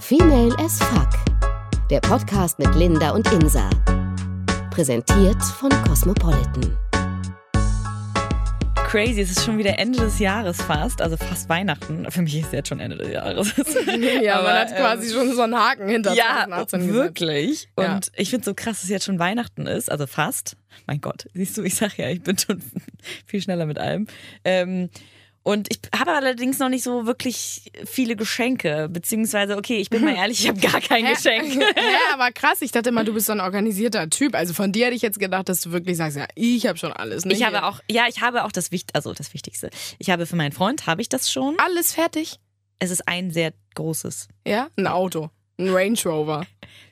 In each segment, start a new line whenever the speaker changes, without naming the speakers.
Female as Fuck. Der Podcast mit Linda und Insa. Präsentiert von Cosmopolitan.
Crazy, es ist schon wieder Ende des Jahres fast, also fast Weihnachten. Für mich ist jetzt schon Ende des Jahres.
Ja,
Aber, ähm,
man hat quasi schon so einen Haken hinter
ja,
2018 gesetzt.
wirklich. Und
Ja.
ich finde so krass, dass jetzt schon Weihnachten ist, also fast. Mein Gott, siehst du, ich sag ja, ich bin schon viel schneller mit allem. Ähm, und ich habe allerdings noch nicht so wirklich viele Geschenke, beziehungsweise, okay, ich bin mal ehrlich, ich habe gar kein
Hä?
Geschenk.
Ja, aber krass. Ich dachte immer, du bist so ein organisierter Typ. Also von dir hätte ich jetzt gedacht, dass du wirklich sagst, ja, ich habe schon alles. Ne?
Ich habe auch, ja, ich habe auch das Wicht, also das Wichtigste. Ich habe für meinen Freund, habe ich das schon.
alles fertig.
Es ist ein sehr großes.
Ja, ein Auto, ein Range Rover.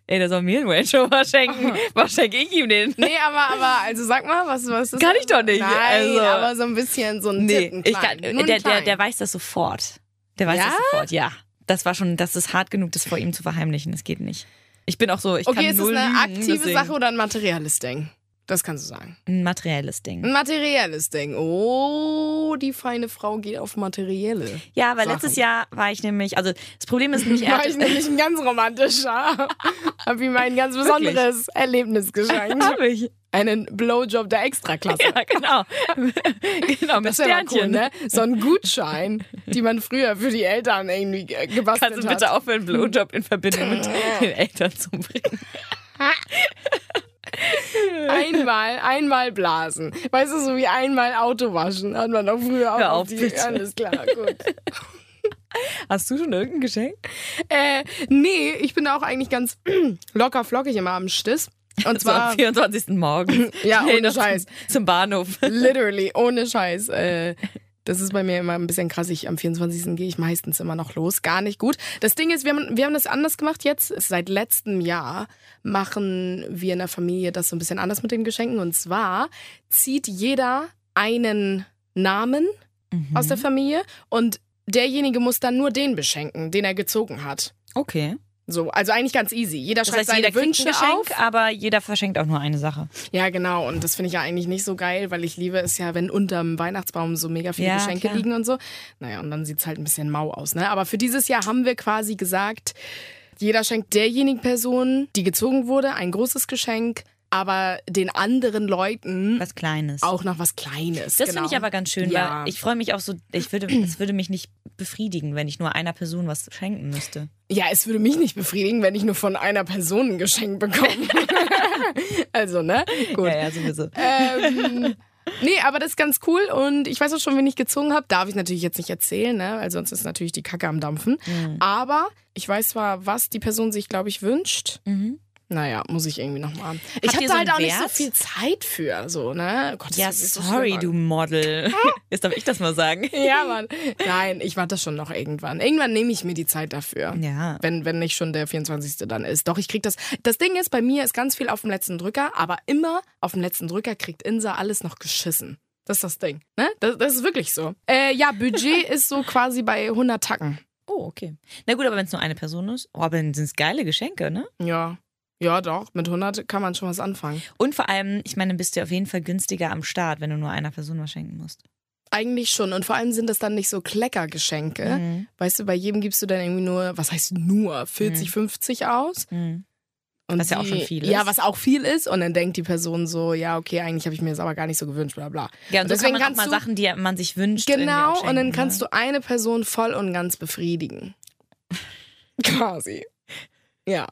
Ey, der soll mir einen Range Rover schenken. Was schenke ich ihm denn?
Nee, aber, aber also sag mal, was, was ist
Kann ich doch nicht,
Nein,
also-
aber so ein bisschen so ein Tipp,
ich kann,
Nur ein
der, der,
klein.
der weiß das sofort. Der weiß
Ja?
das sofort, ja. Das war schon, das ist hart genug, das vor ihm zu verheimlichen. Das geht nicht. Ich bin auch so, ich
Okay,
kann
ist es
null
eine
lügen,
aktive
deswegen.
Sache oder ein materielles Ding? Das kannst du sagen.
Ein materielles Ding.
Ein materielles Ding. Oh, die feine Frau geht auf materielle.
Ja, weil
Sachen.
letztes Jahr war ich nämlich, also das Problem ist nämlich, er
War
hat-
ich nämlich ein ganz romantischer. Hab ihm ein ganz besonderes Erlebnis geschenkt.
Hab ich.
Einen Blowjob der Extraklasse.
Ja, genau. genau, mit
Das wäre mal
Sternchen.
cool, ne? So ein Gutschein, die man früher für die Eltern irgendwie ge- gebastelt
Kannst du bitte
hat.
aufhören, Blowjob in Verbindung mit den Eltern zu bringen?
Einmal, einmal blasen. Weißt du, so wie einmal Auto waschen. Hat man doch früher auch
Hör auf,
die,
bitte.
Alles klar, gut.
Hast du schon irgendein Geschenk?
äh, nee, ich bin auch eigentlich ganz locker flockig immer am Stiss. Und
So
zwar
am 24. Morgen.
Ja,
Schnell
ohne
noch zum-
Scheiß.
Zum Bahnhof.
Literally, ohne Scheiß. Äh, das ist bei mir immer ein bisschen krass. Ich, am 24. gehe ich meistens immer noch los. Gar nicht gut. Das Ding ist, wir haben, wir haben das anders gemacht jetzt. Seit letztem Jahr machen wir in der Familie das so ein bisschen anders mit den Geschenken. Und zwar zieht jeder einen Namen
Mhm.
aus der Familie und derjenige muss dann nur den beschenken, den er gezogen hat.
Okay.
So, also eigentlich ganz easy. Jeder
Das
schreibt
heißt,
seine
jeder
Wünsche
kriegt ein
auf.
Geschenk, aber jeder verschenkt auch nur eine Sache.
Ja, genau. Und das finde ich ja eigentlich nicht so geil, weil ich liebe es ja, wenn unterm Weihnachtsbaum so mega viele
Ja,
Geschenke
klar.
liegen und so. Naja, und dann sieht's halt ein bisschen mau aus. Ne? Aber für dieses Jahr haben wir quasi gesagt, jeder schenkt derjenigen Person, die gezogen wurde, ein großes Geschenk, aber den anderen Leuten
Was Kleines.
auch noch was Kleines.
das
genau.
finde ich aber ganz schön,
Ja.
weil ich freue mich auch so, ich würde, es würde mich nicht befriedigen, wenn ich nur einer Person was schenken müsste.
Ja, es würde mich nicht befriedigen, wenn ich nur von einer Person ein Geschenk bekomme. also, ne? Gut.
Ja, ja, sowieso.
Ähm, nee, aber das ist ganz cool und ich weiß auch schon, wen ich gezogen habe. Darf ich natürlich jetzt nicht erzählen, ne? weil sonst ist natürlich die Kacke am Dampfen.
Mhm.
Aber ich weiß zwar, was die Person sich, glaube ich, wünscht.
Mhm.
Naja, muss ich irgendwie nochmal. Ich
Habt
habe
ihr
da
so
halt
einen
auch nicht so
Wert?
viel Zeit für, so, ne? Gott, das
Ja,
ist so
sorry,
schlimm.
du Model. Jetzt darf ich das mal sagen.
Ja, Mann. Nein, ich warte schon noch irgendwann. Irgendwann nehme ich mir die Zeit dafür.
Ja.
Wenn, wenn nicht schon der 24. dann ist. Doch, ich krieg das. Das Ding ist, bei mir ist ganz viel auf dem letzten Drücker, aber immer auf dem letzten Drücker kriegt Insa alles noch geschissen. Das ist das Ding. Ne? Das, das ist wirklich so. Äh, ja, Budget ist so quasi bei 100 Tacken.
Oh, okay. Na gut, aber wenn es nur eine Person ist, oh, aber dann sind es geile Geschenke, ne?
Ja. Ja, doch. Mit 100 kann man schon was anfangen.
Und vor allem, ich meine, bist du auf jeden Fall günstiger am Start, wenn du nur einer Person was schenken musst.
Eigentlich schon. Und vor allem sind das dann nicht so Kleckergeschenke.
Mhm.
Weißt du, bei jedem gibst du dann irgendwie nur, was heißt nur, 40, 50 aus.
Mhm.
Und
Was ja auch
die-
schon viel
Ja,
ist.
was auch viel ist. Und dann denkt die Person so, ja, okay, eigentlich habe ich mir das aber gar nicht so gewünscht, bla bla.
Ja, und so
deswegen
kann man auch mal
kannst
Sachen, die man sich wünscht.
du,
irgendwie
Genau,
auch
und dann
schenken,
kannst
ne?
du eine Person voll und ganz befriedigen. Quasi. Ja.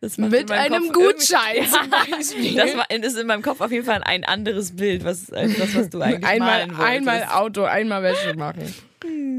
Das macht
Mit
in meinem
einem
Kopf irgendwie-
Gutschein zum Beispiel.
Das war, ist in meinem Kopf auf jeden Fall ein anderes Bild, was, als das, was du eigentlich
einmal,
malen wolltest.
einmal Auto, einmal Wäsche machen.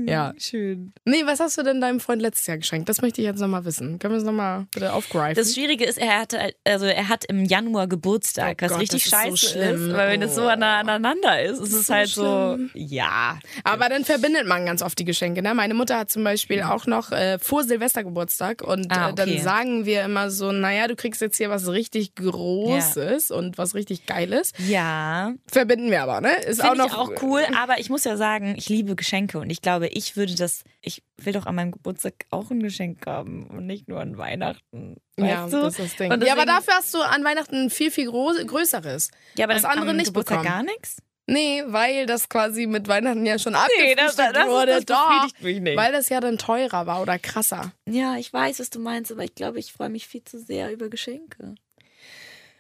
Ja.
Schön.
Nee, was hast du denn deinem Freund letztes Jahr geschenkt? Das möchte ich jetzt nochmal wissen. Können wir es nochmal bitte aufgreifen?
Das Schwierige ist, er hatte, also er hat im Januar Geburtstag,
Oh
was
Gott,
richtig
das ist so
scheiße
schlimm.
ist, weil wenn das so
Oh.
ane- aneinander ist, ist es
so
halt so, ja.
Aber dann verbindet man ganz oft die Geschenke. Ne? Meine Mutter hat zum Beispiel auch noch äh, vor Silvester Geburtstag und
Ah,
äh, dann
okay.
sagen wir immer so, naja, du kriegst jetzt hier was richtig Großes und was richtig Geiles.
Ja,
Verbinden wir aber, ne? Ist auch
finde
noch
ich auch äh, cool, aber ich muss ja sagen, ich liebe Geschenke und ich glaube, ich würde das, ich will doch an meinem Geburtstag auch ein Geschenk haben und nicht nur an Weihnachten. Weißt
Ja,
du?
das ist das Ding.
Und
ja, aber
deswegen-
dafür hast du an Weihnachten viel, viel Groß Größeres.
Ja, aber
das
dann
andere
am
nicht
Geburtstag
bekommen.
gar nichts?
Nee, weil das quasi mit Weihnachten ja schon abgefrühstückt
das- das- das
wurde. Doch,
befriedigt mich nicht.
weil das ja dann teurer war oder krasser.
Ja, ich weiß, was du meinst, aber ich glaube, ich freue mich viel zu sehr über Geschenke.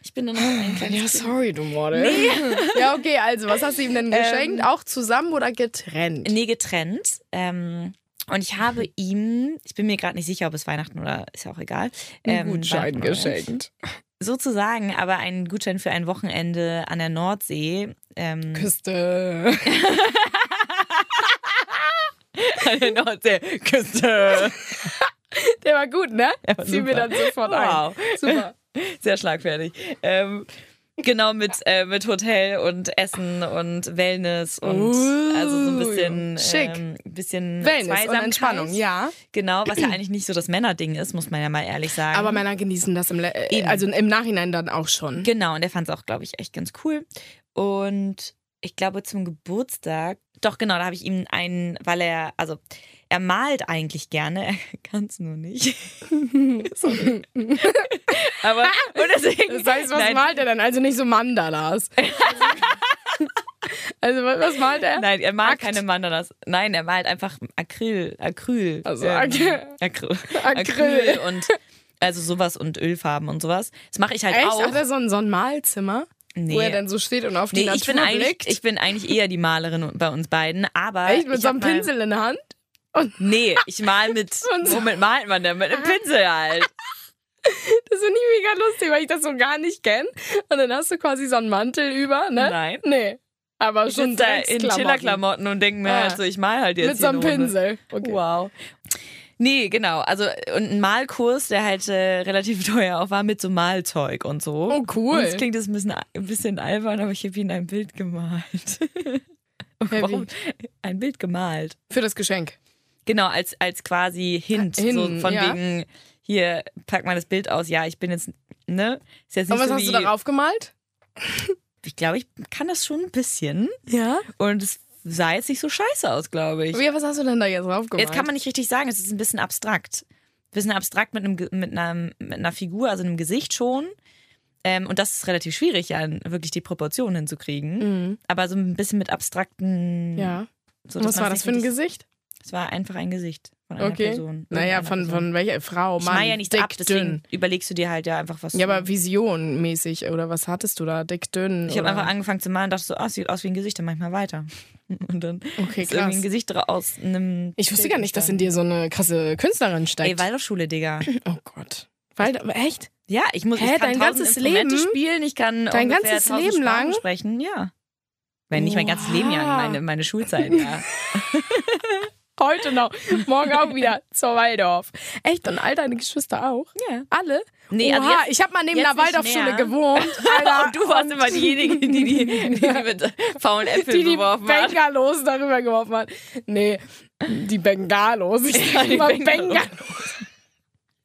Ich bin nur noch ein kleines
Ja,
Kind.
sorry, du Model. Ja, okay, also was hast du ihm denn geschenkt? Auch zusammen oder getrennt?
Ähm. Nee, getrennt. Ähm, und ich habe ihm, ich bin mir gerade nicht sicher, ob es Weihnachten oder ist ja auch egal. ähm, Weihnachten oder- Sozusagen, aber einen Gutschein für ein Wochenende an der Nordsee. Ähm,
Küste.
an der Nordsee. Küste.
Der war gut, ne?
war
Fiel mir
super.
dann sofort
Wow.
ein. Super.
Sehr schlagfertig. Ähm, genau, mit, äh, mit Hotel und Essen und Wellness und
Uh,
also so ein bisschen,
schick.
Ähm, bisschen
Wellness und
Zweisamkeit.
Entspannung, ja.
Genau, was ja eigentlich nicht so das Männerding ist, muss man ja mal ehrlich sagen.
Aber Männer genießen das im, Le äh,
Eben.
also im Nachhinein dann auch schon.
Genau, und der fand es auch, glaube ich, echt ganz cool. Und ich glaube, zum Geburtstag, doch genau, da habe ich ihm einen, weil er, also er malt eigentlich gerne, er kann es nur nicht. Sorry. Aber, und deswegen.
Das heißt, was
nein,
malt er dann? Also nicht so Mandalas. also was, was malt er?
Nein, er malt
Akt?
keine Mandalas. Nein, er malt einfach Acryl, Acryl.
Also
ähm, Acryl.
Acryl.
Acryl und also sowas und Ölfarben und sowas. Das mache ich halt
Echt?
auch.
Hat er so ein, so ein Malzimmer? Wo
Nee.
er dann so steht und auf die
Nee,
Natur
ich bin, eigentlich,
blickt?
ich bin eigentlich eher die Malerin bei uns beiden, aber.
Echt? Mit
ich
so
hab
einem
mal-
Pinsel in der Hand?
Nee, ich mal mit.
Und so.
Womit malt man denn? Mit einem Pinsel halt.
Das finde ich mega lustig, weil ich das so gar nicht kenne. Und dann hast du quasi so einen Mantel über, ne?
Nein.
Nee. Aber
Ich
schon
sitze da in
Drecksklamotten.
Chillerklamotten und denke mir
Ah.
halt so, ich mal halt jetzt.
Mit so
hier
einem
eine Runde.
Pinsel. Okay.
Wow. Nee, genau. Also, und ein Malkurs, der halt äh, relativ teuer auch war, mit so Malzeug und so.
Oh, cool.
Und das klingt jetzt ein bisschen, ein bisschen albern, aber ich habe ihn ein Bild gemalt.
Heavy.
Warum? Ein Bild gemalt.
Für das Geschenk.
Genau, als, als quasi Hint.
Hin,
so von
ja.
wegen, hier, pack mal das Bild aus. Ja, ich bin jetzt, ne? Ist jetzt nicht
Und was
so
hast
wie,
du darauf gemalt?
Ich glaube, ich kann das schon ein bisschen.
Ja.
Und es sah jetzt nicht so scheiße aus, glaube ich.
Ja, was hast du denn da jetzt drauf gemalt?
Jetzt kann man nicht richtig sagen, es ist ein bisschen abstrakt. Ein bisschen abstrakt mit, einem, Ge- mit, einer, mit einer Figur, also einem Gesicht schon. Ähm, und das ist relativ schwierig, ja, wirklich die Proportionen hinzukriegen.
Mhm.
Aber so ein bisschen mit abstrakten.
Ja.
so,
Und
dass
was war
man's nicht
das für ein
richtig-
Gesicht?
Es war einfach ein Gesicht von einer
Okay.
Person.
Naja,
Irgendeiner
von,
Person.
von welcher Frau?
Ich
Mann,
meine ja nichts
dick,
ab, deswegen
dünn.
überlegst du dir halt ja einfach was.
Ja, aber
wie
Vision mäßig oder was hattest du da? Dick, dünn?
ich habe
oder-
einfach angefangen zu malen und dachte so, ah, es sieht aus wie ein Gesicht, dann mach ich mal weiter. Und dann
Okay,
ist irgendwie ein
krass.
Gesicht dra- aus einem.
Ich wusste gar nicht, dass in
entstanden.
dir so eine krasse Künstlerin
Ey,
steckt.
Waldorfschule, Digga.
oh Gott. Weil, aber echt?
Ja, ich muss.
Hä,
ich kann
dein
tausend
ganzes
Instrumente
Leben?
spielen. Ich kann
Dein
ungefähr
ganzes
tausend
Leben
Sprachen
lang? Ah.
sprechen. Ja. Wenn nicht mein ganzes Leben ja,
Oha.
meine, meine Schulzeit. Ja.
Heute noch. Morgen auch wieder zur Waldorf. Echt? Und all deine Geschwister auch?
Ja.
Alle?
Nee,
Oha,
also jetzt-
ich habe mal neben
jetzt
einer
nicht
Waldorfschule
mehr.
gewohnt. Alter,
Und du warst
und
immer diejenige, die die, die, die mit faulen
die
Äpfeln
die
beworfen hat.
Bengalos darüber geworfen hat. Nee, die Bengalos. Ich sag
die
immer
Bengalos.
Bengalos.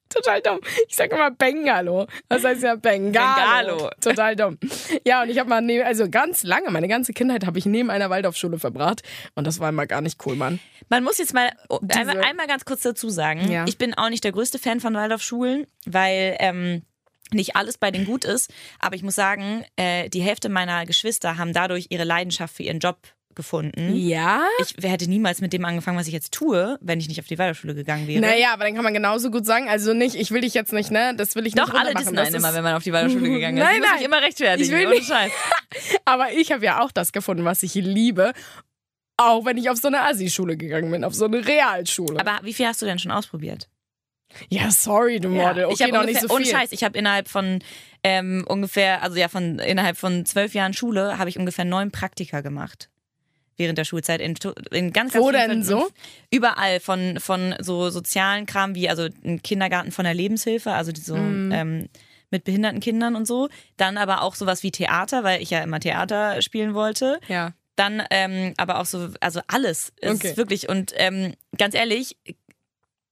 Total dumm. Ich sag immer Bengalo. Das heißt ja Bengalo.
Bengalo.
Total dumm. Ja, und ich habe mal neben, also ganz lange, meine ganze Kindheit habe ich neben einer Waldorfschule verbracht. Und das war immer gar nicht cool, Mann.
Man muss jetzt mal oh,
Diese-
einmal, einmal ganz kurz dazu sagen,
Ja.
ich bin auch nicht der größte Fan von Waldorfschulen, weil ähm, nicht alles bei denen gut ist. Aber ich muss sagen, äh, die Hälfte meiner Geschwister haben dadurch ihre Leidenschaft für ihren Job gefunden.
Ja?
Ich hätte niemals mit dem angefangen, was ich jetzt tue, wenn ich nicht auf die Waldorfschule gegangen wäre.
Naja, aber dann kann man genauso gut sagen, also nicht, ich will dich jetzt nicht, ne? Das will ich nicht
Doch, alle
runtermachen.
dissen
Das
einen
ist-
immer, wenn man auf die Waldorfschule gegangen ist.
Nein,
ich muss
nein.
mich immer rechtfertigen.
Ich will
ohne
nicht.
Scheiß.
Aber ich habe ja auch das gefunden, was ich liebe. Auch wenn ich auf so eine Assi-Schule gegangen bin, auf so eine Realschule.
Aber wie viel hast du denn schon ausprobiert?
ja, sorry, du Model.
Ja,
Okay,
ich habe
noch
ungefähr-
nicht so viel.
Ohne Scheiß, ich habe innerhalb von ähm, ungefähr, also ja, von innerhalb von zwölf Jahren Schule habe ich ungefähr neun Praktika gemacht. Während der Schulzeit in, to- in ganz, ganz
Wo
vielen Fällen-
denn so?
Überall von, von so sozialen Kram wie also ein Kindergarten von der Lebenshilfe, also die so
Mhm.
ähm, mit behinderten Kindern und so. Dann aber auch sowas wie Theater, weil ich ja immer Theater spielen wollte.
Ja.
Dann ähm, aber auch so, also alles. Es
Okay.
ist wirklich, und ähm, ganz ehrlich,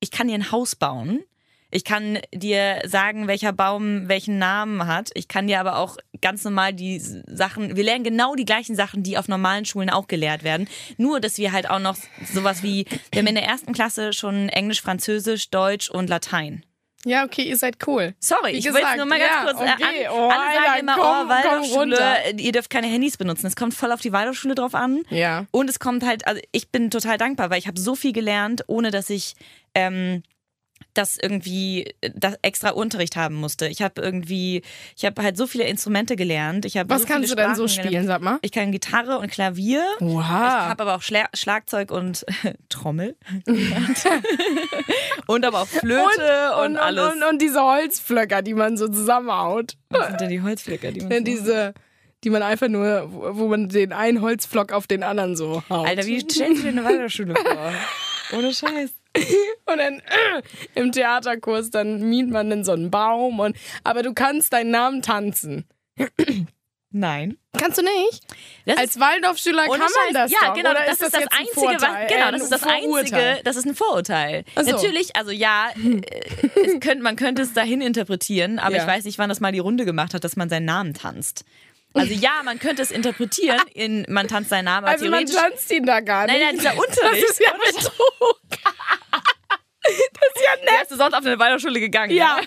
ich kann dir ein Haus bauen. Ich kann dir sagen, welcher Baum welchen Namen hat. Ich kann dir aber auch ganz normal die S- Sachen, wir lernen genau die gleichen Sachen, die auf normalen Schulen auch gelehrt werden. Nur, dass wir halt auch noch sowas wie, wir haben in der ersten Klasse schon Englisch, Französisch, Deutsch und Latein.
Ja, okay, ihr seid cool.
Sorry,
Wie
ich
gesagt,
will nur mal ganz
ja,
kurz. äh,
okay.
an,
Oh,
alle sagen
Alter,
immer,
komm,
oh,
komm runter.
Waldorfschule, ihr dürft keine Handys benutzen. Es kommt voll auf die Waldorfschule drauf an.
Ja.
Und es kommt halt, also ich bin total dankbar, weil ich habe so viel gelernt, ohne dass ich ähm, das irgendwie äh, das extra Unterricht haben musste. Ich habe irgendwie, ich habe halt so viele Instrumente gelernt. Ich habe
Was
so
kannst du
viele
denn so
Sprachen
spielen,
Gelernt.
sag mal?
Ich kann Gitarre und Klavier. Ich
Wow.
habe aber auch Schla Schlagzeug und Trommel. und aber auch Flöte und,
und,
alles.
Und, und diese Holzflöcker, die man so zusammenhaut.
Was sind denn die Holzflicker, die man
Ne,
so-
Diese, die man einfach nur, wo wo man den einen Holzflock auf den anderen so haut.
Alter, wie stellst du dir eine Waldorfschule vor? Ohne Scheiß.
Und dann äh, im Theaterkurs, dann miet man dann so einen Baum. Und, aber du kannst deinen Namen tanzen.
Nein.
Kannst du nicht?
Das
Als Waldorfschüler kann
Ohne
man
Scheiß.
das
ja,
doch.
genau,
Oder
das ist das,
jetzt ein
einzige,
Vorteil, Äh,
was, genau,
ein
das ist das
Vorurteil?
einzige, das ist ein Vorurteil.
Ach so. Hm.
Natürlich, also ja, äh, es könnte, man könnte es dahin interpretieren, aber
Ja.
ich weiß nicht, wann das mal die Runde gemacht hat, dass man seinen Namen tanzt. Also ja, man könnte es interpretieren, in man tanzt seinen Namen, aber
Also man
theoretisch.
tanzt ihn da gar nicht.
Nein, nein, dieser
das
Unterricht.
ist ja Betrug.
Wärst du sonst auf eine Waldorfschule gegangen?
Ja.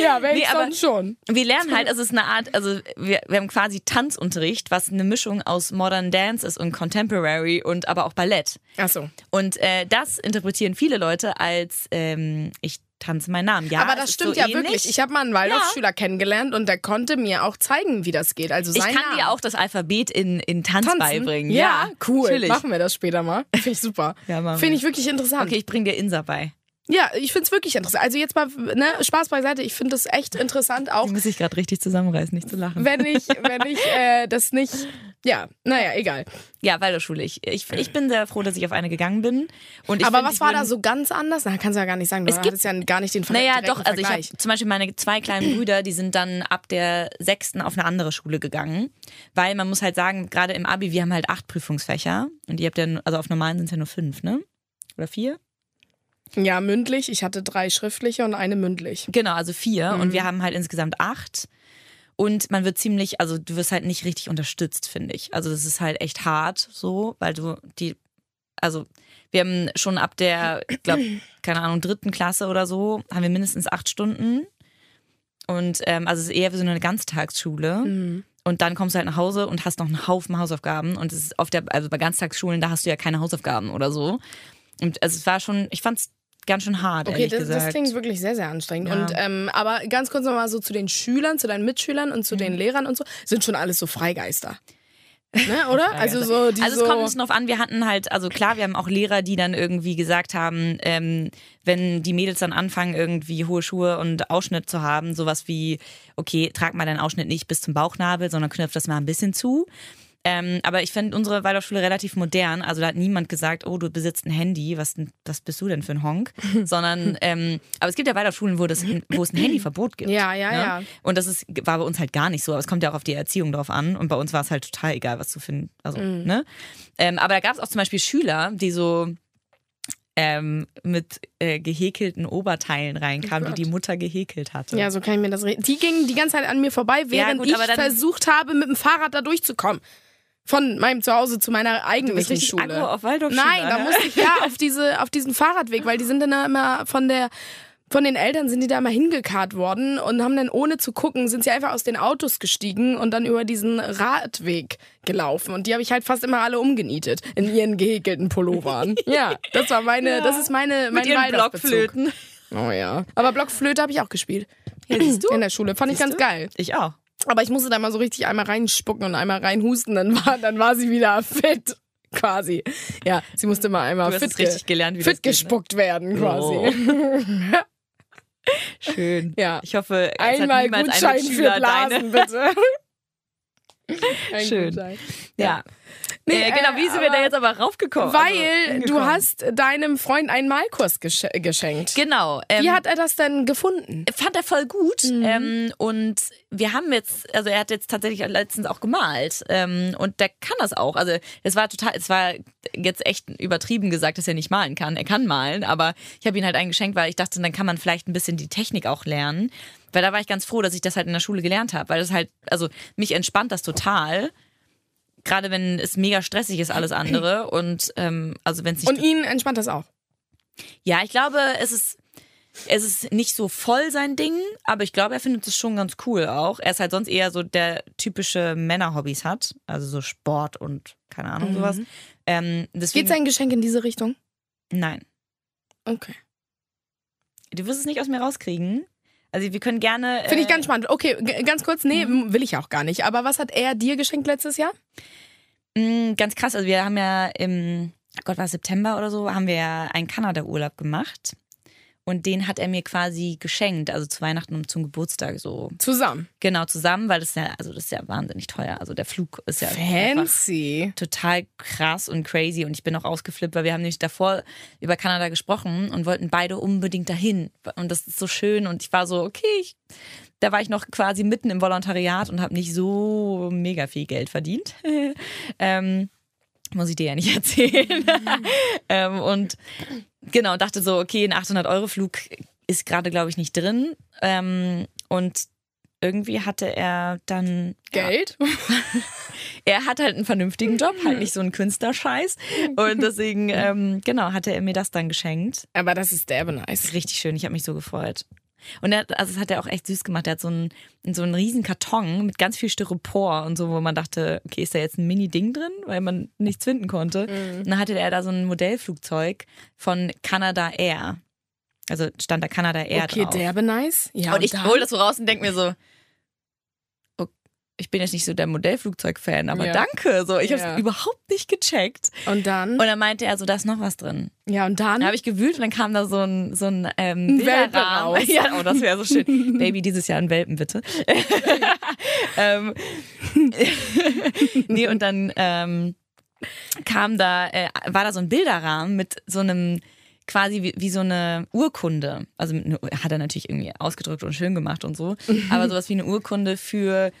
Ja, wenn
Nee,
ich
aber-
sonst schon.
Wir lernen halt, also es ist eine Art, also wir, wir haben quasi Tanzunterricht, was eine Mischung aus Modern Dance ist und Contemporary und aber auch Ballett.
Achso.
Und äh, das interpretieren viele Leute als ähm, ich tanze meinen Namen. Ja,
Aber
es
das
ist
stimmt
so
ja
ähnlich.
wirklich. Ich habe mal einen Waldorfschüler kennengelernt und der konnte mir auch zeigen, wie das geht. Also
ich
sein
kann
Name.
dir auch das Alphabet in, in Tanz
Tanzen.
beibringen.
Ja, cool.
Natürlich.
Machen wir das später mal. Finde ich super.
Ja, machen
Finde
wir.
ich wirklich interessant.
Okay, ich bring dir Insa bei.
Ja, ich finde es wirklich interessant. Also jetzt mal, ne, Spaß beiseite. Ich finde das echt interessant auch.
Die muss ich gerade richtig zusammenreißen, nicht zu lachen.
Wenn ich, wenn ich äh, das nicht. Ja, naja, egal.
Ja, Waldorfschule. Ich, ich, ich bin sehr froh, dass ich auf eine gegangen bin. Und ich
Aber
find,
was
ich
war
würd-
da so ganz anders? Na, kannst du ja gar nicht sagen. Du
Es
es
gibt-
gibt ja gar nicht den Ver
Naja,
direkten
doch. Also ich habe
Vergleich.
zum Beispiel meine zwei kleinen Brüder, die sind dann ab der sechsten auf eine andere Schule gegangen, weil man muss halt sagen, gerade im Abi, wir haben halt acht Prüfungsfächer und ihr habt ja, also auf normalen sind es ja nur fünf, ne? Oder vier?
ja, mündlich. Ich hatte drei schriftliche und eine mündlich.
Genau, also vier
Mhm.
und wir haben halt insgesamt acht. Und man wird ziemlich, also du wirst halt nicht richtig unterstützt, finde ich. Also das ist halt echt hart so, weil du die, also wir haben schon ab der, ich glaube, keine Ahnung, dritten Klasse oder so, haben wir mindestens acht Stunden. Und ähm, also es ist eher wie so eine Ganztagsschule.
Mhm.
Und dann kommst du halt nach Hause und hast noch einen Haufen Hausaufgaben. Und es ist auf der, also bei Ganztagsschulen, da hast du ja keine Hausaufgaben oder so. Und also es war schon, ich fand es ganz schön hart,
Okay,
ehrlich
das,
gesagt.
das klingt wirklich sehr, sehr anstrengend.
Ja.
Und, ähm, aber ganz kurz nochmal so zu den Schülern, zu deinen Mitschülern und zu
Mhm.
den Lehrern und so, sind schon alles so Freigeister. Ne, oder? Also so die
also
so
es kommt ein bisschen drauf an, wir hatten halt, also klar, wir haben auch Lehrer, die dann irgendwie gesagt haben, ähm, wenn die Mädels dann anfangen, irgendwie hohe Schuhe und Ausschnitt zu haben, sowas wie, okay, trag mal deinen Ausschnitt nicht bis zum Bauchnabel, sondern knöpf das mal ein bisschen zu. Ähm, aber ich finde unsere Waldorfschule relativ modern. Also da hat niemand gesagt, oh, du besitzt ein Handy, was, denn- was bist du denn für ein Honk? Sondern, ähm, aber es gibt ja Waldorfschulen, wo, das, wo es ein Handyverbot gibt.
Ja, ja,
ne?
ja.
Und das ist, war bei uns halt gar nicht so, aber es kommt ja auch auf die Erziehung drauf an. Und bei uns war es halt total egal, was du findest. Also,
Mhm.
ne? ähm, aber da gab es auch zum Beispiel Schüler, die so ähm, mit äh, gehäkelten Oberteilen reinkamen, die die Mutter gehäkelt hatte.
Oh Ja, so kann ich mir das reden. Die gingen die ganze Zeit an mir vorbei, während
gut,
ich
aber dann-
versucht habe, mit dem Fahrrad da durchzukommen. Von meinem Zuhause zu meiner
Du bist
eigentlichen
richtig aggro
Schule.
auf Waldorfschule.
Nein, da
ne?
musste ich ja auf, diese, auf diesen Fahrradweg, weil die sind dann da immer von der. Von den Eltern sind die da immer hingekarrt worden und haben dann ohne zu gucken, sind sie einfach aus den Autos gestiegen und dann über diesen Radweg gelaufen. Und die habe ich halt fast immer alle umgenietet in ihren gehäkelten Pullovern. ja, das war meine, das ist meine, mein
mit ihren
Waldorfbezug.
Blockflöten.
Oh ja. Aber Blockflöte habe ich auch gespielt.
siehst du?
In der Schule. Fand ich ganz
du?
geil.
Ich auch.
Aber ich musste da mal so richtig einmal reinspucken und einmal reinhusten, dann war, dann war sie wieder fit. Quasi. Ja, sie musste mal einmal
Du hast
fit,
es richtig gelernt, wie
fit
das geht, ne?
gespuckt werden, quasi.
Schön.
Ja.
Ich hoffe, es hat
Einmal
niemals
Gutschein
ein
für
Mitschüler
Blasen,
deine.
bitte. Ein
Schön.
Gutschein.
Ja.
Nee,
äh, genau, wie sind wir
aber-
da jetzt aber raufgekommen?
Weil
also,
du
hingekommen?
hast deinem Freund einen Malkurs gesche- geschenkt.
Genau. Ähm,
Wie hat er das denn gefunden?
fand er voll gut. Ähm, und wir haben jetzt, also er hat jetzt tatsächlich letztens auch gemalt. Ähm, und der kann das auch. Also es war total, es war jetzt echt übertrieben gesagt, dass er nicht malen kann. Er kann malen, aber ich habe ihn halt einen geschenkt, weil ich dachte, dann kann man vielleicht ein bisschen die Technik auch lernen. Weil da war ich ganz froh, dass ich das halt in der Schule gelernt habe. Weil das halt, also mich entspannt das total. Gerade wenn es mega stressig ist, alles andere. Und ähm, also wenn es nicht
Und ihn entspannt das auch.
ja, ich glaube, es ist. Es ist nicht so voll sein Ding, aber ich glaube, er findet es schon ganz cool auch. Er ist halt sonst eher so der typische Männerhobbys hat, also so Sport und keine Ahnung
Mhm.
sowas. Ähm, deswegen,
Geht sein Geschenk in diese Richtung?
nein,
Okay.
du wirst es nicht aus mir rauskriegen. Also wir können gerne.
Finde ich
äh, Mhm.
ganz spannend. Okay, g- ganz kurz. Nee, m- will ich auch gar nicht. Aber was hat er dir geschenkt letztes Jahr?
Mm, ganz krass. Also wir haben ja im, oh Gott war es September oder so, haben wir ja einen Kanada-Urlaub gemacht. Und den hat er mir quasi geschenkt, also zu Weihnachten und zum Geburtstag so
Zusammen.
genau zusammen, weil das ist ja, also das ist ja wahnsinnig teuer. Also der Flug ist ja einfach
Fancy.
total krass und crazy und ich bin auch ausgeflippt, weil wir haben nämlich davor über Kanada gesprochen und wollten beide unbedingt dahin und das ist so schön und ich war so okay, ich, da war ich noch quasi mitten im Volontariat und habe nicht so mega viel Geld verdient. ähm, muss ich dir ja nicht erzählen. ähm, und genau, dachte so, okay, ein 800-Euro-Flug ist gerade, glaube ich, nicht drin. Ähm, und irgendwie hatte er dann
Geld?
er hat halt einen vernünftigen Job, halt nicht so einen Künstlerscheiß. Und deswegen, ähm, genau, hatte er mir das dann geschenkt.
Aber das ist derbe nice.
Richtig schön, ich habe mich so gefreut. Und er, hat- also das hat er auch echt süß gemacht. Er hat so einen, so einen riesen Karton mit ganz viel Styropor und so, wo man dachte, okay, ist da jetzt ein Mini-Ding drin, weil man nichts finden konnte. Und dann hatte er da so ein Modellflugzeug von Canada Air. Also stand da Canada Air
Okay,
drauf.
derbe nice. Ja,
und ich
dann?
hole das so raus und denke mir so, oh, ich bin jetzt nicht so der Modellflugzeug-Fan, aber
Ja.
danke. So, ich habe
Ja.
es überhaupt nicht gecheckt.
Und dann?
Und dann meinte er so, da ist noch was drin.
ja, und dann?
Dann habe ich gewühlt und dann kam da so ein, so ein, ähm,
Ein Welpe
Bilderrahmen.
raus.
Ja, oh, das wäre so schön. Baby, dieses Jahr einen Welpen, bitte. ähm, nee, und dann ähm, kam da, äh, war da so ein Bilderrahmen mit so einem quasi wie, wie so eine Urkunde. Also mit einer- hat er natürlich irgendwie ausgedrückt und schön gemacht und so. Aber sowas wie eine Urkunde für,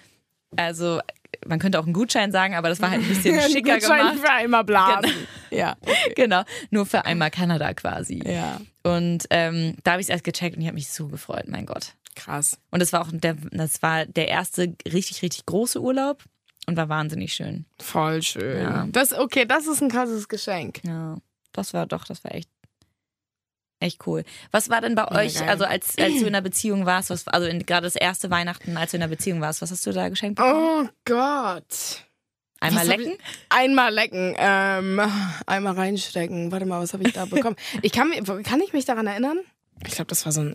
also man könnte auch einen Gutschein sagen, aber das war halt ein bisschen schicker gemacht.
Für einmal blasen. Ja.
Genau, nur für einmal Kanada quasi.
Ja.
Und ähm, da habe ich es erst gecheckt und ich habe mich so gefreut, mein Gott.
Krass.
Und das war auch der, das war der erste richtig, richtig große Urlaub und war wahnsinnig schön.
Voll schön.
Ja.
Das, okay, das ist ein krasses Geschenk.
Ja, das war doch, das war echt, echt cool. Was war denn bei euch,
geil.
also als, als du in einer Beziehung warst, was, also in, gerade das erste Weihnachten, als du in einer Beziehung warst, was hast du da geschenkt?
Oh Gott.
Einmal
was hab
lecken?
Einmal lecken, ähm, einmal reinstecken. Warte mal, was habe ich da bekommen? Ich kann, mir- kann ich mich daran erinnern? Ich glaube, das war so ein